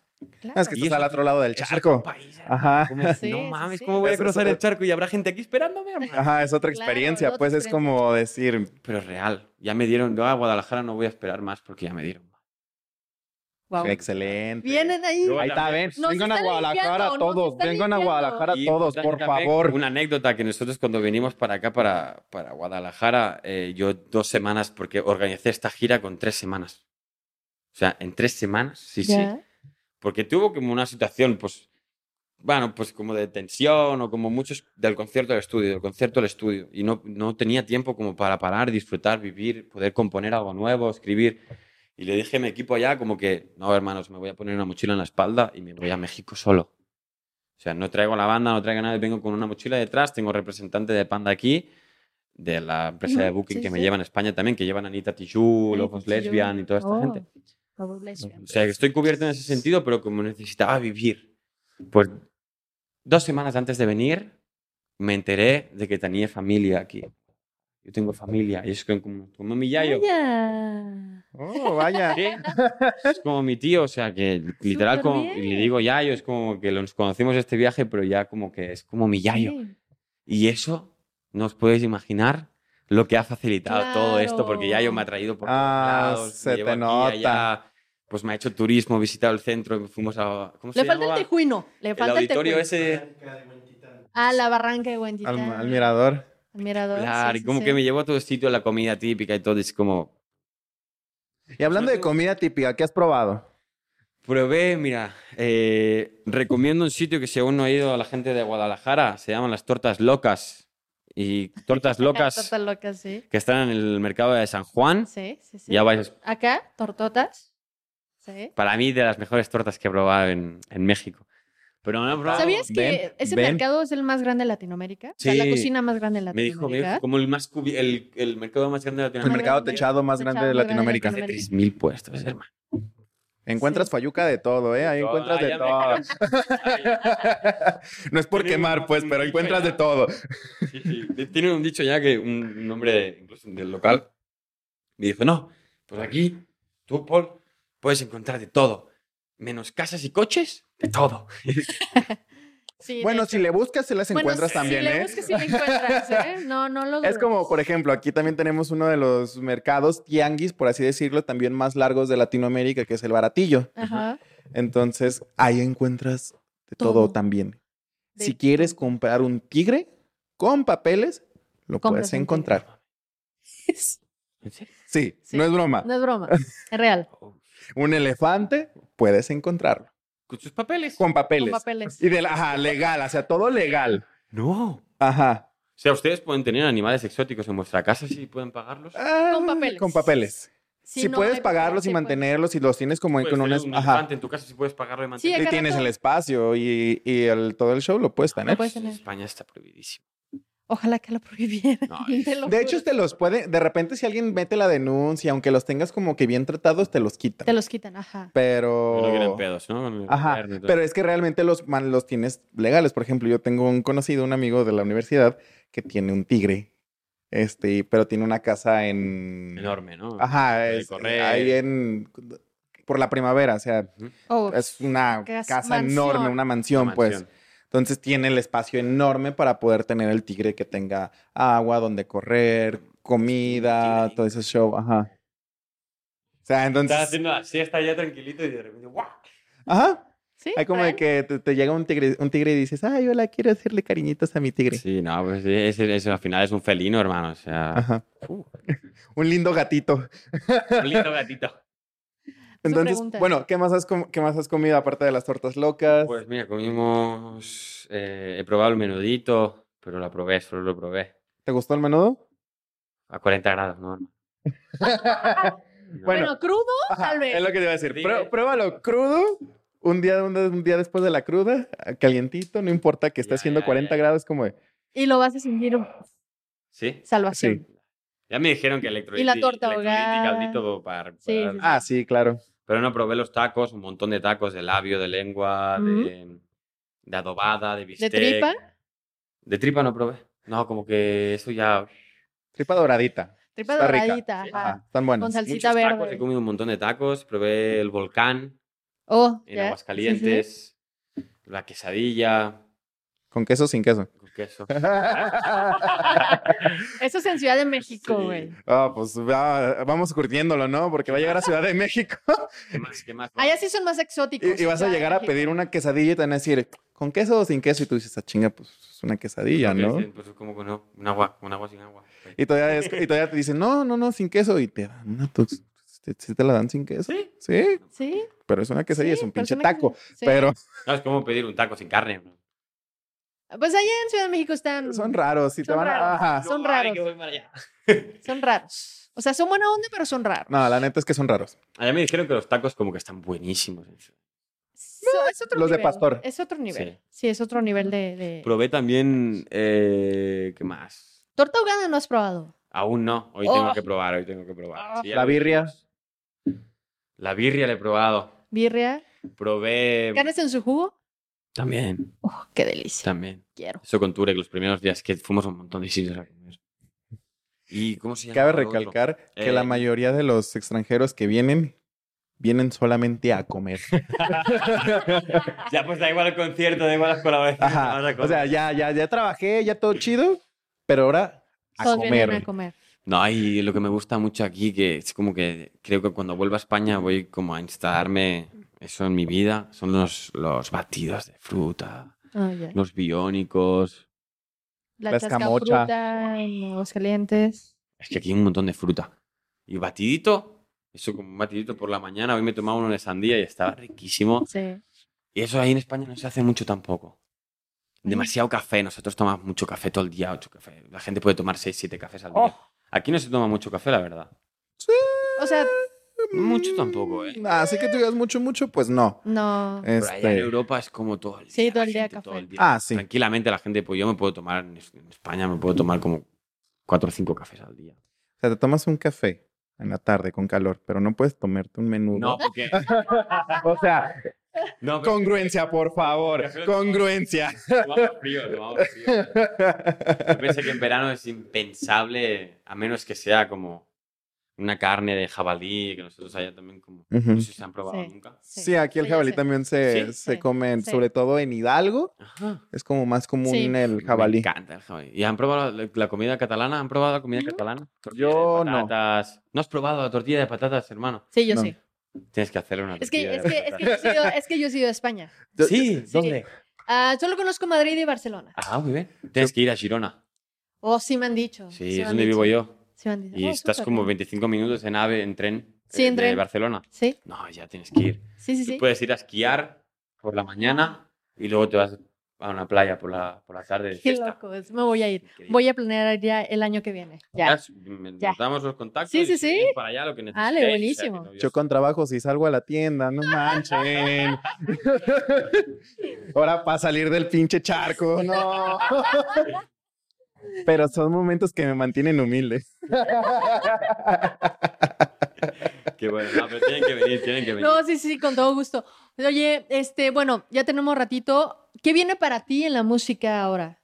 S1: Claro.
S2: Ah, Es que
S3: Y
S2: estás
S3: eso-
S2: al otro lado del
S3: Es otro
S2: charco.
S3: país, ¿eh?
S2: Ajá.
S3: Como,
S1: Sí,
S3: no
S1: sí,
S3: mames,
S1: sí.
S3: ¿cómo voy a
S2: Eso es
S3: cruzar el
S2: otra-
S3: charco y habrá gente aquí esperándome? hermano?
S2: Ajá, es otra
S1: Claro,
S2: experiencia.
S1: es
S2: pues
S1: otra
S2: es como decir,
S3: Ah, Pero es real. Ya me dieron. No, a Guadalajara no voy a esperar más porque ya me dieron.
S1: Guau.
S2: excelente.
S1: Vienen ahí.
S3: Yo-
S2: Ahí está, ven.
S1: Nos
S2: Vengan a
S1: están
S2: Guadalajara
S1: limpiando, nos
S2: todos.
S1: están
S2: Vengan a
S1: limpiando.
S2: Guadalajara
S3: Y
S2: todos,
S3: ta-
S2: por
S3: también
S2: favor.
S3: Una anécdota que nosotros cuando venimos para acá, para, para Guadalajara, eh, yo dos semanas, porque organicé esta gira con tres semanas. O sea, en tres semanas, sí, sí.
S1: Ya.
S3: Porque tuvo como una situación, pues, bueno, pues como de tensión o como muchos del concierto al estudio, del concierto al estudio. Y no, no tenía tiempo como para parar, disfrutar, vivir, poder componer algo nuevo, escribir. Y le dije a mi equipo allá como que, no, hermanos, me voy a poner una mochila en la espalda y me voy a México solo. O sea, no traigo la banda, no traigo nada, vengo con una mochila detrás, tengo representante de Panda aquí, de la empresa de
S1: Ujú,
S3: Booking
S1: sí,
S3: que me
S1: sí.
S3: lleva en España también, que llevan a Anita Tijoux,
S1: Anita
S3: Locos
S1: Tijoux.
S3: Lesbian y toda esta
S1: Oh.
S3: gente.
S1: Lobos lesbianas.
S3: O sea, que estoy cubierto en ese sentido, pero como necesitaba vivir, pues dos semanas antes de venir me enteré de que tenía familia aquí. Yo tengo familia, y es que como, como mi yayo,
S1: Vaya.
S2: Oh, vaya.
S3: Sí, es como mi tío, o sea, que literal, como, y le
S1: Superbién.
S3: digo yayo, es como que nos conocimos este viaje, pero ya como que es como mi yayo.
S1: Sí.
S3: Y eso, no os podéis imaginar lo que ha facilitado todo esto, porque ya yo me ha
S1: Claro.
S3: traído por
S2: Ah,
S3: todos lados, me
S2: se
S3: llevó
S2: te
S3: aquí,
S2: nota.
S3: allá, pues me ha hecho turismo, he visitado el centro, fuimos a... ¿Cómo se
S1: Le falta el
S3: llamaba?
S1: tejuino. Le
S3: El
S1: falta el,
S3: auditorio
S1: tejuino.
S3: ese...
S1: Ah, la barranca de Huentitán.
S2: Al, al mirador.
S1: Al mirador,
S3: Claro,
S1: sí,
S3: y
S1: sí,
S3: como
S1: sí.
S3: que me llevó a todo sitio, la comida típica y todo, es como...
S2: Y hablando de comida típica, ¿qué has probado?
S3: Probé, mira, eh, recomiendo un sitio que si aún no ha ido a la gente de Guadalajara, se llaman las Tortas Locas. Y Tortas Locas,
S1: Tortas locas, sí.
S3: que están en el mercado de San Juan,
S1: Sí, sí, sí.
S3: ya vais a
S1: Acá, tortotas. Sí.
S3: para mí de las mejores tortas que he probado en, en México. Pero no he probado.
S1: ¿Sabías que
S2: ven,
S1: ese
S2: ven.
S1: mercado es el más grande de Latinoamérica? O sea, la
S3: Sí.
S1: cocina más grande de
S3: Me dijo, me dijo,
S1: Latinoamérica.
S3: como el, más cubi- el, el mercado más grande de
S2: El
S1: Ajá.
S3: Latinoamérica.
S2: mercado techado más grande de
S1: Techado más grande de
S2: Latinoamérica.
S3: De 3.000 puestos, hermano.
S2: Encuentras
S1: Sí.
S2: fayuca de todo, ¿eh? Ahí
S3: todo.
S2: encuentras
S3: Ah,
S2: de
S3: ya
S2: todo. No es por
S3: Tiene
S2: quemar,
S3: un-
S2: pues,
S3: un
S2: pero
S3: dicho
S2: encuentras
S3: ya.
S2: de todo.
S3: Sí, sí. Tienen un dicho ya que un, un hombre de- incluso del local me dijo, no, pues aquí tú, Paul, puedes encontrar de todo. Menos casas y coches, de todo.
S1: Sí, de
S2: Bueno,
S1: hecho.
S2: si le buscas, se las
S1: Bueno,
S2: encuentras
S1: sí,
S2: también,
S1: si
S2: ¿eh?
S1: le buscas, sí le encuentras, ¿eh? No, no lo
S2: Es como,
S1: dudes.
S2: por ejemplo, aquí también tenemos uno de los mercados tianguis, por así decirlo, también más largos de Latinoamérica, que es el baratillo.
S1: Ajá.
S2: Entonces, ahí encuentras de todo,
S1: Todo.
S2: también.
S1: De
S2: si quieres comprar un tigre con papeles, lo
S1: Compras
S2: puedes
S1: un tigre.
S2: encontrar.
S3: ¿En serio?
S2: Sí,
S1: Sí.
S2: no es broma.
S1: No es broma, es real.
S2: Un elefante, puedes encontrarlo.
S3: ¿Con sus papeles?
S2: Con papeles.
S1: Con papeles.
S2: Y de la, ajá, legal, o sea, todo legal.
S3: No.
S2: Ajá.
S3: O sea, ustedes pueden tener animales exóticos en vuestra casa si pueden pagarlos.
S2: Ah,
S1: Con papeles.
S2: Con papeles. Si,
S1: no
S2: puedes
S1: hay
S2: pagarlos
S1: papel, sí
S2: y
S1: pues. puedes.
S2: mantenerlos y los tienes como
S3: Puedes
S2: con un...
S3: tener
S2: es-
S3: un
S2: Ajá.
S3: elefante en tu casa si puedes pagarlo y
S1: Sí,
S3: mantenerlo.
S1: acá
S2: Y tienes
S1: rato-
S2: el espacio y, y el, todo el show lo puedes tener.
S1: Lo puedes
S3: En
S1: tener.
S3: España está prohibidísimo.
S1: Ojalá que lo prohibieran.
S3: No,
S1: te lo
S2: De
S1: juro.
S2: hecho, te los puede, de repente si alguien mete la denuncia, aunque los tengas como que bien tratados, te los quitan.
S1: te los quitan, ajá.
S2: Pero...
S3: No quieren pedos, ¿no? Con el
S2: Oh. Ajá,
S3: gobierno y todo.
S2: pero es que realmente los, man, los tienes legales. Por ejemplo, yo tengo un conocido, un amigo de la universidad, que tiene un tigre, este, pero tiene una casa en...
S3: Enorme, ¿no?
S2: Ajá,
S3: Puede
S2: es- eh,
S3: correr.
S2: ahí en... Por la primavera, o sea,
S3: Ujú.
S1: Oh,
S2: es una
S1: Cas-
S2: casa
S1: mansión.
S2: enorme, una mansión,
S3: Una
S2: pues.
S3: mansión.
S2: Entonces tiene el espacio enorme para poder tener el tigre que tenga agua, donde correr, comida,
S3: Tigre.
S2: todo ese show, ajá. O sea,
S3: Estás
S2: entonces...
S3: haciendo la siesta ya tranquilito y de repente, ¡guau!
S2: Ajá.
S1: ¿Sí?
S2: Hay como
S1: ¿Real?
S2: de que te, te llega un tigre, un tigre y dices, ay, hola, quiero hacerle cariñitos a mi tigre.
S3: Sí, no, pues sí, es- es- al final es un felino, hermano. O sea,
S2: Ajá.
S3: uh,
S2: Un lindo gatito.
S3: un lindo gatito.
S1: Su
S2: Entonces,
S1: pregunta.
S2: bueno, ¿qué más, has com- ¿qué más has comido aparte de las tortas locas?
S3: Pues mira, comimos. eh, he probado el menudito, pero lo probé, solo lo probé.
S2: ¿Te gustó el menudo?
S3: A 40 grados, ¿no? hermano?
S1: Bueno,
S2: Bueno.
S1: crudo,
S2: Ajá,
S1: tal vez.
S2: Es lo que te iba a decir.
S3: Dime.
S2: Prue- pruébalo crudo. Un día, un, de- un día después de la cruda, ah, calientito, no importa que esté
S3: Ya,
S2: haciendo
S3: ya,
S2: 40
S3: ya.
S2: grados, como de,
S1: y lo vas a sentir
S3: Sí.
S1: salvación.
S3: Ya me dijeron que electrolito
S1: torta
S3: electrolito y
S1: ahogada.
S3: caldito para
S1: Sí, sí,
S3: recuperar.
S1: sí.
S2: ah, sí, claro.
S3: Pero no probé los tacos, un montón de tacos de labio, de lengua, de, de adobada, de bistec.
S1: tripa?
S3: De tripa no probé. No, como que eso ya.
S2: Tripa doradita.
S1: Tripa
S2: Está rica. Ah,
S1: doradita,
S3: Sí.
S1: ajá.
S2: Ajá, están buenas.
S1: Ah, Con salsita
S3: Muchos
S1: verde.
S3: tacos, he comido un montón de tacos. Probé el volcán
S1: Oh, ya.
S3: en
S1: Sí, sí,
S3: Aguascalientes, la quesadilla,
S2: Con queso o sin queso.
S3: con queso.
S1: sí. Eso es en Ciudad de México,
S3: Sí.
S1: güey.
S2: Ah, pues va- vamos curtiéndolo, ¿no? Porque va a llegar a Ciudad de México
S3: ¿Qué más? ¿Qué más?
S1: Allá sí son más exóticos.
S2: y, y vas a
S1: Ciudad de
S2: llegar a
S1: México.
S2: pedir una quesadilla y te van a decir, ¿con queso o sin queso? Y tú dices, ah, chinga, pues es una quesadilla,
S3: Porque
S2: ¿no?
S3: dicen, Pues como que no, un agua, un agua sin agua. Pues,
S2: Y todavía, es- y todavía te dicen, no, no, no, sin queso. Y te dan una, pues, te- sí te la dan sin queso.
S3: ¿Sí?
S2: Sí,
S1: Sí.
S2: pero es una quesadilla, es un
S1: pero
S2: pinche
S1: una
S2: taco.
S1: quesadilla. Sí.
S2: Pero
S3: No, es como pedir un taco sin carne. ¿no?
S1: Pues allá en Ciudad de México están.
S2: son raros. Si te
S1: Son
S2: van a...
S1: raros.
S2: Ajá.
S1: Ah, Son
S3: No, ay,
S1: raros.
S3: que voy para allá.
S1: Son raros. O sea, son buena onda, pero son raros.
S2: No, la neta es que son raros.
S3: Allá me dijeron que los tacos como que están buenísimos. en Ciudad.
S1: So- es otro
S2: los de
S1: nivel,
S2: pastor.
S1: Es otro nivel. Sí, es otro nivel de. de-
S3: Probé también, eh, ¿qué más?
S1: Torta ahogada no has probado.
S3: Aún no. Hoy
S1: Oh.
S3: tengo que probar, hoy tengo que probar.
S1: Ah.
S3: Sí, ya
S2: La
S3: lo
S2: birria.
S3: dijimos. La birria la he probado.
S1: Birria.
S3: Probé...
S1: Carnes en su jugo.
S3: También,
S1: Oh, qué delicia.
S3: también.
S1: Quiero.
S3: Eso con Turek los primeros días que fuimos a un montón de sitios a comer. ¿Y cómo se llama?
S2: Cabe
S3: el otro?
S2: recalcar que la
S3: Eh.
S2: mayoría de los extranjeros que vienen, vienen solamente a comer.
S3: Ya pues da igual el concierto, da igual las colaboraciones.
S2: Ajá.
S3: no vas a
S2: O sea,
S3: comer.
S2: ya, ya, ya trabajé, ya todo chido, pero ahora a
S1: Todos
S2: comer.
S1: vienen a comer.
S3: No, y lo que me gusta mucho aquí, que es como que creo que cuando vuelva a España voy como a instalarme eso en mi vida, son los, los batidos de fruta,
S1: Ah, ya.
S3: los biónicos.
S1: La,
S2: La escamocha.
S1: fruta en Aguascalientes.
S3: Es que aquí hay un montón de fruta. Y batidito, eso como un batidito por la mañana, hoy me tomaba uno de sandía y estaba riquísimo.
S1: Sí.
S3: Y eso ahí en España no se hace mucho tampoco. Demasiado café, nosotros tomamos mucho café todo el día, ocho cafés. La gente puede tomar seis, siete cafés al día.
S1: Oh.
S3: Aquí no se toma mucho café, la verdad.
S1: O sea,
S3: Mucho tampoco, ¿eh?
S2: Mm, Así que tú digas mucho, mucho, pues no.
S1: no.
S3: Pero allá en
S2: Este,
S3: Europa es como todo el día.
S1: Sí, todo
S3: la
S1: el día
S3: gente,
S1: café.
S3: todo el día.
S2: Ah, sí.
S3: Tranquilamente la gente, pues yo me puedo tomar, en es- en España me puedo tomar como cuatro o cinco cafés al día.
S2: O sea, te tomas un café en la tarde con calor, pero no puedes tomarte un menudo.
S3: No, porque...
S2: O sea,
S3: No, pero
S2: congruencia, por favor. Congruencia.
S3: tomamos frío, tomamos frío. Yo pensé que en verano es impensable, a menos que sea como una carne de jabalí, que nosotros allá también como... No
S2: Ujú.
S3: sé si se han probado
S1: Sí.
S3: nunca.
S2: Sí, aquí el
S1: ya
S2: jabalí
S1: sé.
S2: también se,
S1: Sí,
S2: se
S1: sí,
S2: come, en-
S1: sí.
S2: sobre todo en Hidalgo.
S3: Ajá.
S2: Es como más común
S1: Sí.
S2: el jabalí.
S3: Me encanta el jabalí. ¿Y han probado la, la comida catalana? ¿Han probado la comida catalana? Tortilla
S2: Yo
S3: de
S2: no.
S3: patatas. No. has probado la tortilla de patatas, hermano?
S1: Sí, yo
S2: No.
S1: sí.
S3: Tienes que hacer una
S1: Es que,
S3: tortilla
S1: es,
S3: de
S1: que, es, que
S3: patatas.
S1: yo he sido, es que yo he sido de España.
S2: Yo-
S3: Sí,
S1: Sí.
S3: ¿dónde?
S1: Ah, solo conozco Madrid y Barcelona.
S3: Ah, muy bien. Tienes que ir a Girona.
S1: Oh, sí me han dicho.
S3: Sí,
S1: me
S3: es
S1: han
S3: donde
S1: dicho,
S3: vivo yo.
S1: sí me han dicho.
S3: Y
S1: Oh,
S3: estás
S1: súper
S3: como
S1: bien.
S3: 25 minutos en ave, en tren.
S1: Sí,
S3: eh,
S1: en
S3: de
S1: tren.
S3: Barcelona.
S1: Sí,
S3: No, ya tienes que ir.
S1: sí, sí.
S3: Tú
S1: sí.
S3: puedes ir a esquiar por la mañana y luego te vas a una playa por la, por la tarde. de
S1: Qué
S3: fiesta.
S1: loco, es- me voy a ir.
S3: Increíble.
S1: Voy a planear ya el año que viene.
S3: Ya,
S1: Ya.
S3: s- me-
S1: Ya.
S3: Nos damos los contactos.
S1: Sí,
S3: y
S1: sí,
S3: si
S1: sí.
S3: venís Para allá lo que necesitéis.
S1: Ale,
S3: o sea,
S1: buenísimo.
S3: que no-
S2: Yo con trabajo, si salgo a la tienda, no manchen. Ahora para salir del pinche charco, no. Pero son momentos que me mantienen humilde.
S3: Que bueno, no, pero tienen que venir, tienen que venir.
S1: No, sí, sí, con todo gusto. Oye, este, bueno, ya tenemos ratito. ¿Qué viene para ti en la música ahora?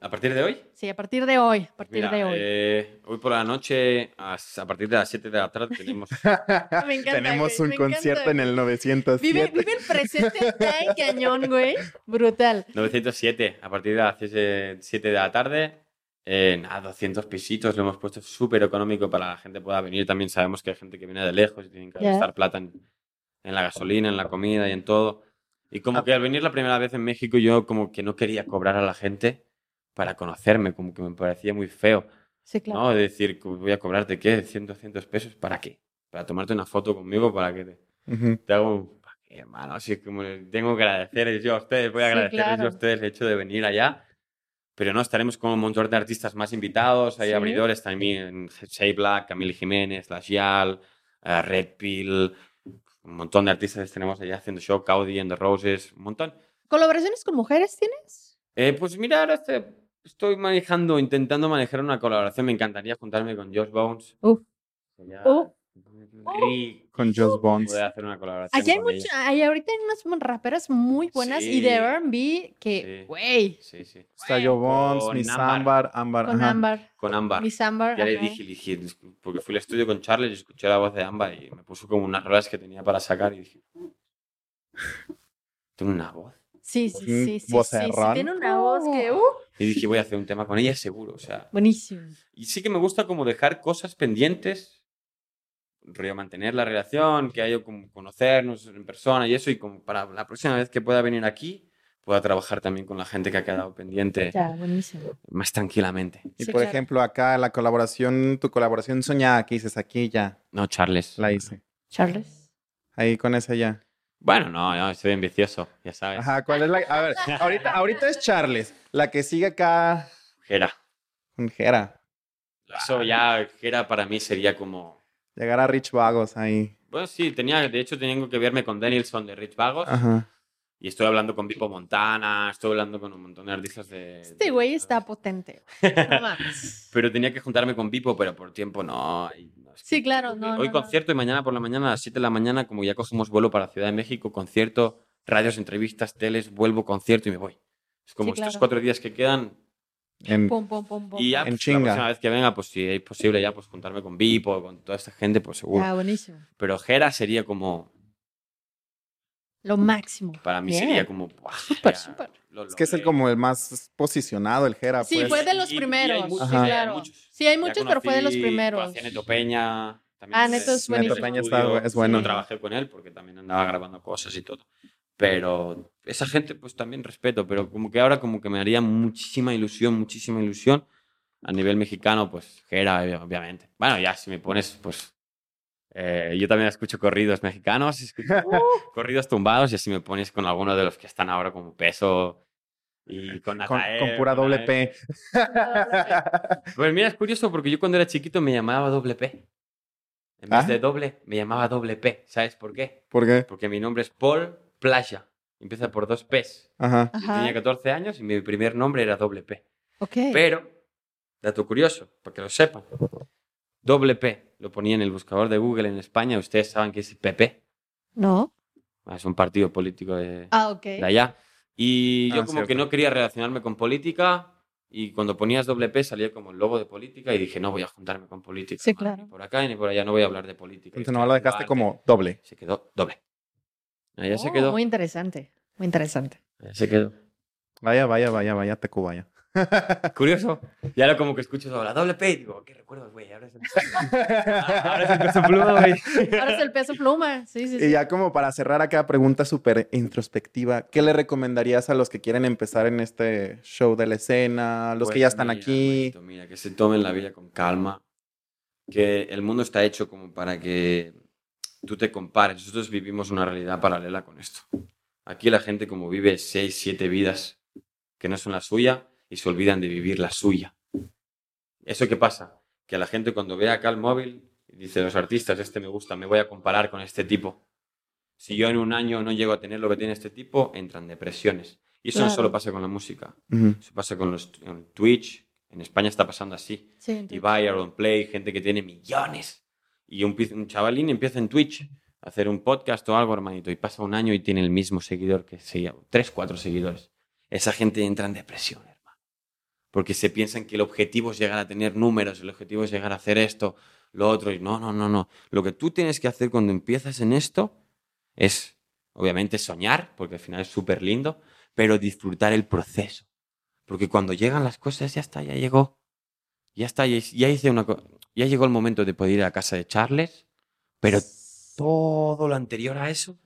S3: ¿A partir de hoy?
S1: Sí, a partir de hoy, a partir
S3: Mira,
S1: de hoy.
S3: eh, hoy por la noche, a, s- a partir de las 7 de la tarde, tenemos
S1: Ah, Me encanta,
S2: Tenemos
S1: güey,
S2: un
S1: me
S2: concierto
S1: encanta.
S2: en el
S1: Vive,
S2: 907.
S1: vive el presente tan cañón, güey. Brutal.
S3: 907, a partir de las 7 de la tarde. Eh, nada, 200 pisitos, lo hemos puesto súper económico para que la gente pueda venir. También sabemos que hay gente que viene de lejos y tienen que
S1: Ya.
S3: gastar plata en, en la gasolina, en la comida y en todo. Y como
S2: Ah.
S3: que al venir la primera vez en México yo como que no quería cobrar a la gente para conocerme, como que me parecía muy feo,
S1: Sí, claro.
S3: ¿no? De decir, "Co- voy a cobrarte, ¿qué? 100, 200 pesos, ¿para qué? Para tomarte una foto conmigo, para que te,
S2: Ujú.
S3: te hago un... ¿Para qué, hermano? Así es como le tengo que agradecerles yo a ustedes, voy a
S1: Sí,
S3: agradecerles yo
S1: claro.
S3: a ustedes el hecho de venir allá. Pero no, estaremos con un montón de artistas más invitados, hay
S1: Sí.
S3: abridores también, Shea Black, Camille Jiménez, La Gial, eh, Red Pill, un montón de artistas tenemos allá haciendo show, Caudi and the Roses, un montón.
S1: ¿Colaboraciones con mujeres tienes?
S3: Eh, pues mira, ahora este- estoy manejando, intentando manejar una colaboración. Me encantaría juntarme con Josh Bones.
S1: Uf.
S3: Sería
S1: Uf.
S3: rico
S2: Con Just Bones.
S3: poder hacer una colaboración.
S1: Allá hay,
S3: con
S1: mucho,
S3: ella.
S1: hay ahorita hay unas raperas muy buenas y de
S3: Sí.
S1: R&B
S3: Sí.
S1: que, güey,
S3: Sí, sí.
S2: Está Joe Bones,
S3: Con
S2: Miss
S3: Ámbar.
S2: Ámbar, Ámbar.
S1: con
S2: ajá.
S1: Ámbar,
S3: Con Ámbar.
S1: Miss Ámbar.
S3: Ya le
S1: ajá.
S3: dije, le dije, porque fui al estudio con Charles y escuché la voz de Ámbar y me puso como unas rolas que tenía para sacar y dije, tengo una voz.
S1: Sí, sí,
S2: un
S1: sí, sí, sí, sí,
S2: vocerrón.
S1: Tiene una voz que, uh,
S3: Y dije, voy a hacer un tema con ella seguro, o sea.
S1: buenísimo.
S3: Y sí que me gusta como dejar cosas pendientes, rollo mantener la relación, que haya como conocernos en persona y eso, y como para la próxima vez que pueda venir aquí, pueda trabajar también con la gente que ha quedado pendiente
S1: Ya, buenísimo.
S3: más tranquilamente.
S2: Y
S1: Sí,
S2: por
S1: claro.
S2: ejemplo, acá la colaboración, tu colaboración soñada que dices aquí ya
S3: No, Charles.
S2: la hice.
S1: Charles.
S2: Ahí con esa ya.
S3: Bueno, no, no, estoy ambicioso, ya sabes.
S2: Ajá, ¿cuál es la? A ver, ahorita, ahorita es Charles, la que sigue acá
S3: Jera.
S2: con Jera.
S3: Eso ya, Jera para mí sería como...
S2: Llegar a Rich Vagos ahí.
S3: Bueno, sí, tenía, de hecho tengo que verme con Danielson de Rich Vagos
S2: Ajá.
S3: y estoy hablando con Pipo Montana, estoy hablando con un montón de artistas de...
S1: Este
S3: de-
S1: güey está potente. No mames.
S3: Pero tenía que juntarme con Pipo, pero por tiempo no. y no, es que-
S1: Sí, claro, no,
S3: Hoy
S1: no, no.
S3: concierto y mañana por la mañana a las 7 de la mañana, como ya cogemos vuelo para Ciudad de México, concierto, radios, entrevistas, teles, vuelvo, concierto y me voy. Es como
S1: Sí,
S3: estos
S1: claro.
S3: cuatro días que quedan
S2: En-
S1: Pum, pum, pum, pum.
S3: y ya
S2: En
S3: pues,
S2: chinga.
S3: la próxima vez que venga, pues si es posible ya pues juntarme con Pipo, con toda esta gente, pues seguro.
S1: Ah, buenísimo.
S3: Pero Jera sería como,
S1: Lo máximo.
S3: para mí
S1: Bien.
S3: sería como... buah,
S1: Súper,
S3: Jera,
S1: súper.
S3: lo
S2: es que es el
S3: logré.
S2: como el más posicionado, el Jera.
S1: Sí,
S2: pues.
S1: fue de los
S3: Y- y hay
S1: primeros.
S3: muchos,
S1: sí,
S2: Ajá.
S1: claro.
S3: hay muchos.
S1: Sí, hay
S3: Ya
S1: muchos, pero fue de los
S3: conocí,
S1: primeros.
S3: conocí a Neto Peña. también
S1: Ah,
S3: hice-
S1: Neto es
S3: hice
S1: buenísimo.
S2: Neto Peña está-
S3: estudio,
S2: es bueno.
S3: No trabajé con él porque también andaba grabando cosas y todo. Pero esa gente, pues también respeto, pero como que ahora como que me haría muchísima ilusión, muchísima ilusión. A nivel mexicano, pues Jera, obvia- obviamente. Bueno, ya si me pones, pues... eh, yo también escucho corridos mexicanos, escucho
S1: Uh.
S3: corridos tumbados y así me pones con alguno de los que están ahora como peso y
S2: con,
S3: con Natael,
S2: con pura
S3: con
S2: doble
S3: Natael.
S2: P.
S3: Pues mira, es curioso porque yo cuando era chiquito me llamaba doble P. En vez
S2: Ah.
S3: de doble, me llamaba doble P. ¿Sabes por qué?
S2: ¿Por qué?
S3: Porque mi nombre es Paul Playa. Empieza por dos P's.
S2: Ajá.
S3: Yo tenía
S1: Ajá.
S3: 14 años y mi primer nombre era doble P.
S1: Ok.
S3: Pero, dato curioso, para que lo sepan, doble P lo ponía en el buscador de Google en España. Ustedes saben que es PP.
S1: No.
S3: Es un partido político de,
S1: Ah, ok.
S3: de allá. Y yo
S2: Ah,
S3: como que
S2: cierto.
S3: no quería relacionarme con política y cuando ponías doble P salía como el logo de política y dije, no voy a juntarme con política.
S1: Sí,
S3: hermano,
S1: claro.
S3: Ni por acá ni por allá, no voy a hablar de política.
S2: Entonces
S3: Yo
S2: nomás lo
S3: estoy
S2: dejaste
S3: haciendo arte.
S2: como doble.
S3: Se quedó doble. Allá se
S1: Oh,
S3: quedó.
S1: Muy interesante. Muy interesante.
S3: allá se quedó.
S2: Vaya, vaya, vaya, vaya, Tacubaya.
S3: Curioso. Y ahora como que escucho sobre la doble P y digo, qué recuerdos, güey. Ahora es el ahora es el peso pluma, güey.
S1: Ahora es el peso pluma. Sí, sí,
S2: Y
S1: sí.
S2: ya como para cerrar acá, pregunta súper introspectiva. ¿Qué le recomendarías a los que quieren empezar en este show de la escena? Los que
S3: Pues
S2: ya están
S3: mira,
S2: aquí.
S3: güeyito, mira, que se tomen la vida con calma. Que el mundo está hecho como para que tú te compares. Nosotros vivimos una realidad paralela con esto. Aquí la gente como vive seis, siete vidas que no son la suya y se olvidan de vivir la suya. ¿Eso qué pasa? Que la gente cuando ve acá el móvil dice, los artistas, este me gusta, me voy a comparar con este tipo. Si yo en un año no llego a tener lo que tiene este tipo, entran depresiones. Y eso
S1: Claro.
S3: no solo pasa con la música.
S2: Ujú.
S3: Eso pasa con los con Twitch. En España está pasando así.
S1: Sí, entiendo.
S3: Ibai, Aaron Play, gente que tiene millones. Y un, pi- un chavalín empieza en Twitch a hacer un podcast o algo, hermanito, y pasa un año y tiene el mismo seguidor que seguía, tres, cuatro seguidores. Esa gente entra en depresión, hermano. Porque se piensan que el objetivo es llegar a tener números, el objetivo es llegar a hacer esto, lo otro, y no, no, no, no. Lo que tú tienes que hacer cuando empiezas en esto es, obviamente, soñar, porque al final es súper lindo, pero disfrutar el proceso. Porque cuando llegan las cosas, ya está, ya llegó. Ya está, ya, ya hice una co- ya llegó el momento de poder ir a casa de Charles, pero todo lo anterior a eso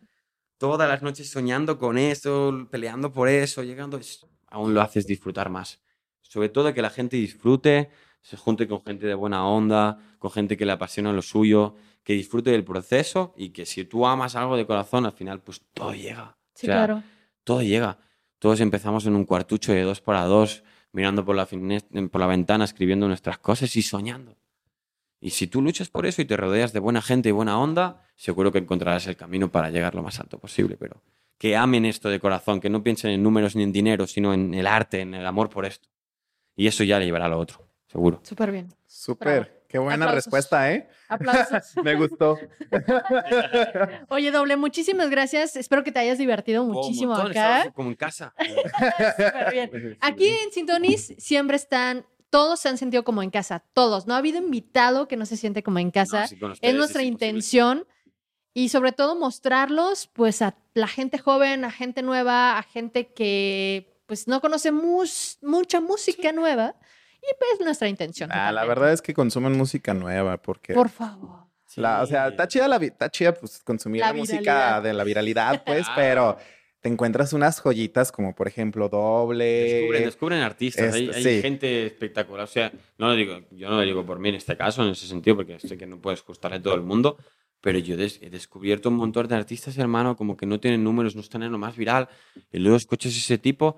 S3: todas las noches soñando con eso, peleando por eso, llegando, es- aún lo haces disfrutar más. Sobre todo que la gente disfrute, se junte con gente de buena onda, con gente que le apasiona lo suyo, que disfrute del proceso y que si tú amas algo de corazón, al final pues todo llega.
S1: Sí,
S3: O sea,
S1: claro.
S3: Todo llega. Todos empezamos en un cuartucho de dos para dos, mirando por la, fine- por la ventana, escribiendo nuestras cosas y soñando. Y si tú luchas por eso y te rodeas de buena gente y buena onda, seguro que encontrarás el camino para llegar lo más alto posible. Pero que amen esto de corazón, que no piensen en números ni en dinero, sino en el arte, en el amor por esto. Y eso ya le llevará a lo otro, seguro.
S1: Súper bien.
S2: Súper. Qué buena
S1: Aplausos.
S2: respuesta, ¿eh?
S1: Aplausos.
S2: Me gustó.
S1: Oye, doble, muchísimas gracias. Espero que te hayas divertido muchísimo
S3: Como todo,
S1: acá.
S3: estaba Como en casa.
S1: Súper bien. Aquí en Sintonis siempre están, todos se han sentido como en casa, todos. No ha habido invitado que no se siente como en casa.
S3: No, sí, con
S1: es
S3: ustedes
S1: nuestra
S3: imposible.
S1: intención y sobre todo mostrarlos pues a la gente joven, a gente nueva, a gente que pues no conoce mus- mucha música nueva y pues nuestra intención.
S2: Ah, la
S1: totalmente.
S2: verdad es que consumen música nueva porque...
S1: Por favor.
S3: Sí.
S2: la- o sea, está chida, la vi- está chida pues, consumir
S1: La
S2: la, música
S1: viralidad.
S2: de la viralidad, pues,
S3: Claro.
S2: pero te encuentras unas joyitas como, por ejemplo,
S3: Descubren,
S2: doble...
S3: descubren artistas, hay,
S2: este,
S3: hay
S2: Eh, sí.
S3: gente espectacular. O sea, no lo digo, yo no lo digo por mí en este caso, en ese sentido, porque sé que no puedes gustarle a todo el mundo, pero yo des- he descubierto un montón de artistas, hermano, como que no tienen números, no están en lo más viral, y luego escuchas ese tipo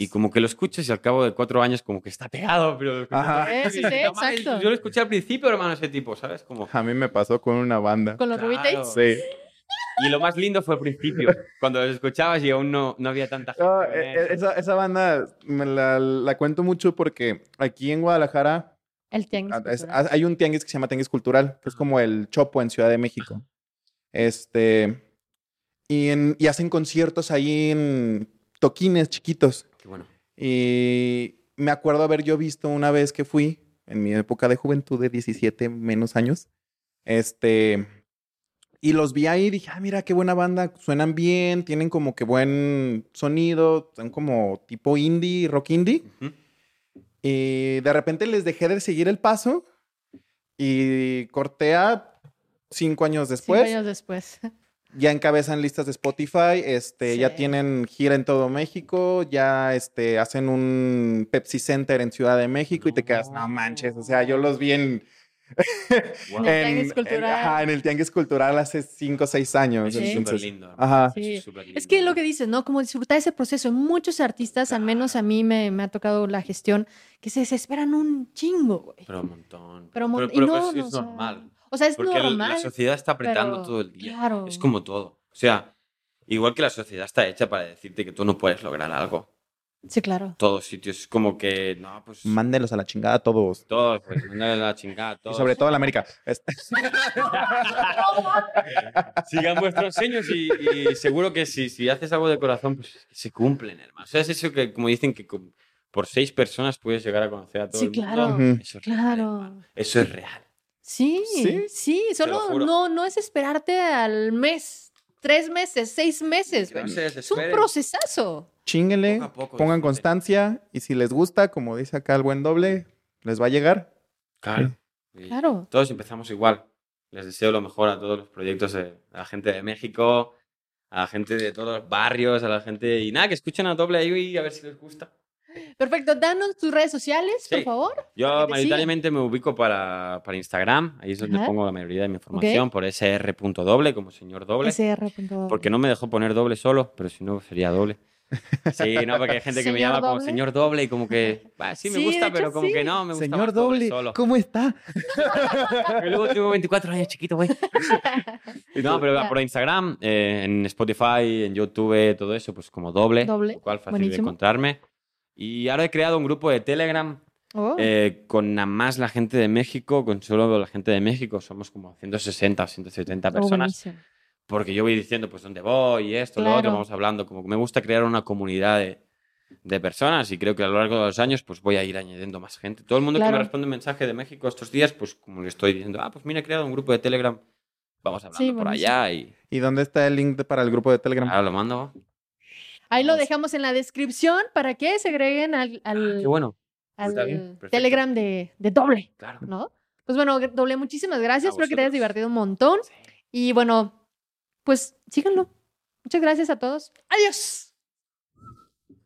S3: y como que lo escuchas y al cabo de cuatro años como que está pegado, pero... lo escuchas
S2: Ajá.
S3: otra vez
S1: Sí,
S3: y
S1: sí, sí,
S3: dices, "No mames,
S1: exacto.
S3: Yo lo escuché al principio, hermano, ese tipo, ¿sabes? Como...
S2: A mí me pasó con una banda.
S1: Con los
S3: Claro.
S1: Ruby Tapes.
S2: Sí.
S3: Y lo más lindo fue al principio, cuando los escuchabas y aún no, no había tanta gente.
S2: No,
S3: con
S2: e-
S3: eso.
S2: e- esa, esa banda me la, la cuento mucho porque aquí en Guadalajara
S1: El
S3: Ah,
S1: tianguis.
S2: a- es-
S1: cultural.
S2: a- hay un tianguis que se llama Tianguis Cultural, que es como el Chopo en Ciudad de México. Este. Y, en- y hacen conciertos ahí en toquines chiquitos.
S3: Qué bueno.
S2: Y me acuerdo haber yo visto una vez que fui, en mi época de juventud de 17 menos años, este, y los vi ahí y dije, ah, mira, qué buena banda, suenan bien, tienen como que buen sonido, son como tipo indie, rock indie.
S3: Ujú.
S2: Y de repente les dejé de seguir el paso y corté a cinco años
S1: Cinco
S2: después.
S1: años después.
S2: Ya encabezan listas de Spotify, este,
S1: Sí.
S2: ya tienen gira en todo México, ya este, hacen un Pepsi Center en Ciudad de México y te quedas, no manches, o sea, yo los vi en,
S3: Guau.
S1: En el Tianguis Cultural.
S2: ajá, en el Tianguis Cultural hace 5 o 6 años.
S3: Eso es
S1: Sí.
S3: súper
S2: entonces,
S3: lindo.
S2: ajá.
S1: Sí.
S3: Eso súper
S1: Es que
S3: lindo.
S1: lo que dices, ¿no? Como disfrutar ese proceso. Muchos artistas, al menos a mí me, me ha tocado la gestión, que se desesperan un chingo, güey.
S3: Pero un montón.
S1: Pero, mon- y
S3: pues
S1: no,
S3: sí
S1: no,
S3: es
S1: o sea,
S3: normal.
S1: O sea, es
S3: porque la-
S1: normal.
S3: la sociedad está apretando
S1: pero-
S3: todo el día.
S1: Claro.
S3: Es como todo. O sea, igual que la sociedad está hecha para decirte que tú no puedes lograr algo.
S1: Sí, claro.
S3: Todos sitios es como que, no, pues.
S2: Mándelos a la chingada a todos.
S3: todos, pues, mándale la chingada a
S2: Y
S3: todos.
S2: sobre todo a la América. Este,
S3: Sigan vuestros sueños y, y seguro que si, si haces algo de corazón, pues se cumplen, hermano. O sea, es eso que, como dicen, que con- por seis personas puedes llegar a conocer a todo
S1: Sí,
S3: el mundo.
S1: claro,
S2: Ujú.
S3: Eso es real, hermano.
S1: Claro.
S3: Eso es real.
S1: Sí, sí,
S2: Sí,
S3: lo
S1: Solo
S3: juro.
S1: no, no es esperarte al mes, tres meses, seis meses,
S3: Que no
S1: güey.
S3: se
S1: Es un
S3: desesperen.
S1: procesazo.
S2: chínguenle,
S3: Poco a poco,
S2: pongan
S3: disfruten.
S2: constancia y si les gusta, como dice acá el buen doble, les va a llegar.
S3: Claro. Y-
S1: Claro.
S3: todos empezamos igual. Les deseo lo mejor a todos los proyectos, de, a la gente de México, a la gente de todos los barrios, a la gente... Y nada, que escuchen a Doble ahí y a ver si les gusta.
S1: Perfecto. Danos tus redes sociales, por
S3: Sí.
S1: favor. Para que
S3: Yo
S1: te
S3: mayoritariamente me ubico para, para Instagram, ahí es donde
S1: Ajá.
S3: pongo la mayoría de mi información, por sr.doble, como señor doble.
S1: SR.
S3: Porque no me dejó poner doble solo, pero si no sería doble. Sí, no, porque hay gente que me
S1: Señor
S3: llama como
S1: doble.
S3: señor doble y como que... bah, sí, me
S1: Sí, de
S3: gusta,
S1: hecho,
S3: pero como
S1: sí.
S3: que no, me gusta
S2: Señor
S3: más doble,
S2: doble,
S3: solo.
S2: ¿cómo está?
S3: Y luego tengo 24 años chiquito, güey. no, pero
S1: Ya.
S3: por Instagram, eh, en Spotify, en YouTube, todo eso, pues como doble.
S1: Doble,
S3: Lo cual fácil de
S1: buenísimo.
S3: encontrarme. Y ahora he creado un grupo de Telegram
S1: Oh,
S3: eh, con nada más la gente de México, con solo la gente de México. Somos como 160 o 170
S1: oh,
S3: personas.
S1: buenísimo.
S3: porque yo voy diciendo, pues, dónde voy, y esto, lo otro,
S1: Claro.
S3: vamos hablando. Como que me gusta crear una comunidad de, de personas y creo que a lo largo de los años, pues voy a ir añadiendo más gente. Todo el mundo que
S1: Claro.
S3: me responde un mensaje de México estos días, pues como le estoy diciendo, ah, pues mira, he creado un grupo de Telegram, vamos hablando
S1: Sí,
S3: por
S1: buenísimo.
S3: allá y
S2: ¿Y dónde está el link de- para el grupo de Telegram?
S3: ahora lo mando.
S1: Ahí lo
S3: vamos. Ah,
S1: dejamos en la descripción para que se agreguen al, al-
S3: Qué bueno.
S1: al
S3: está bien, perfecto.
S1: Telegram de, de doble,
S3: Claro.
S1: ¿no? Pues bueno, doble, muchísimas gracias.
S3: A
S1: Espero que te hayas
S3: vosotros.
S1: divertido un montón.
S3: Sí.
S1: Y bueno, pues síganlo. Muchas gracias a todos. Adiós.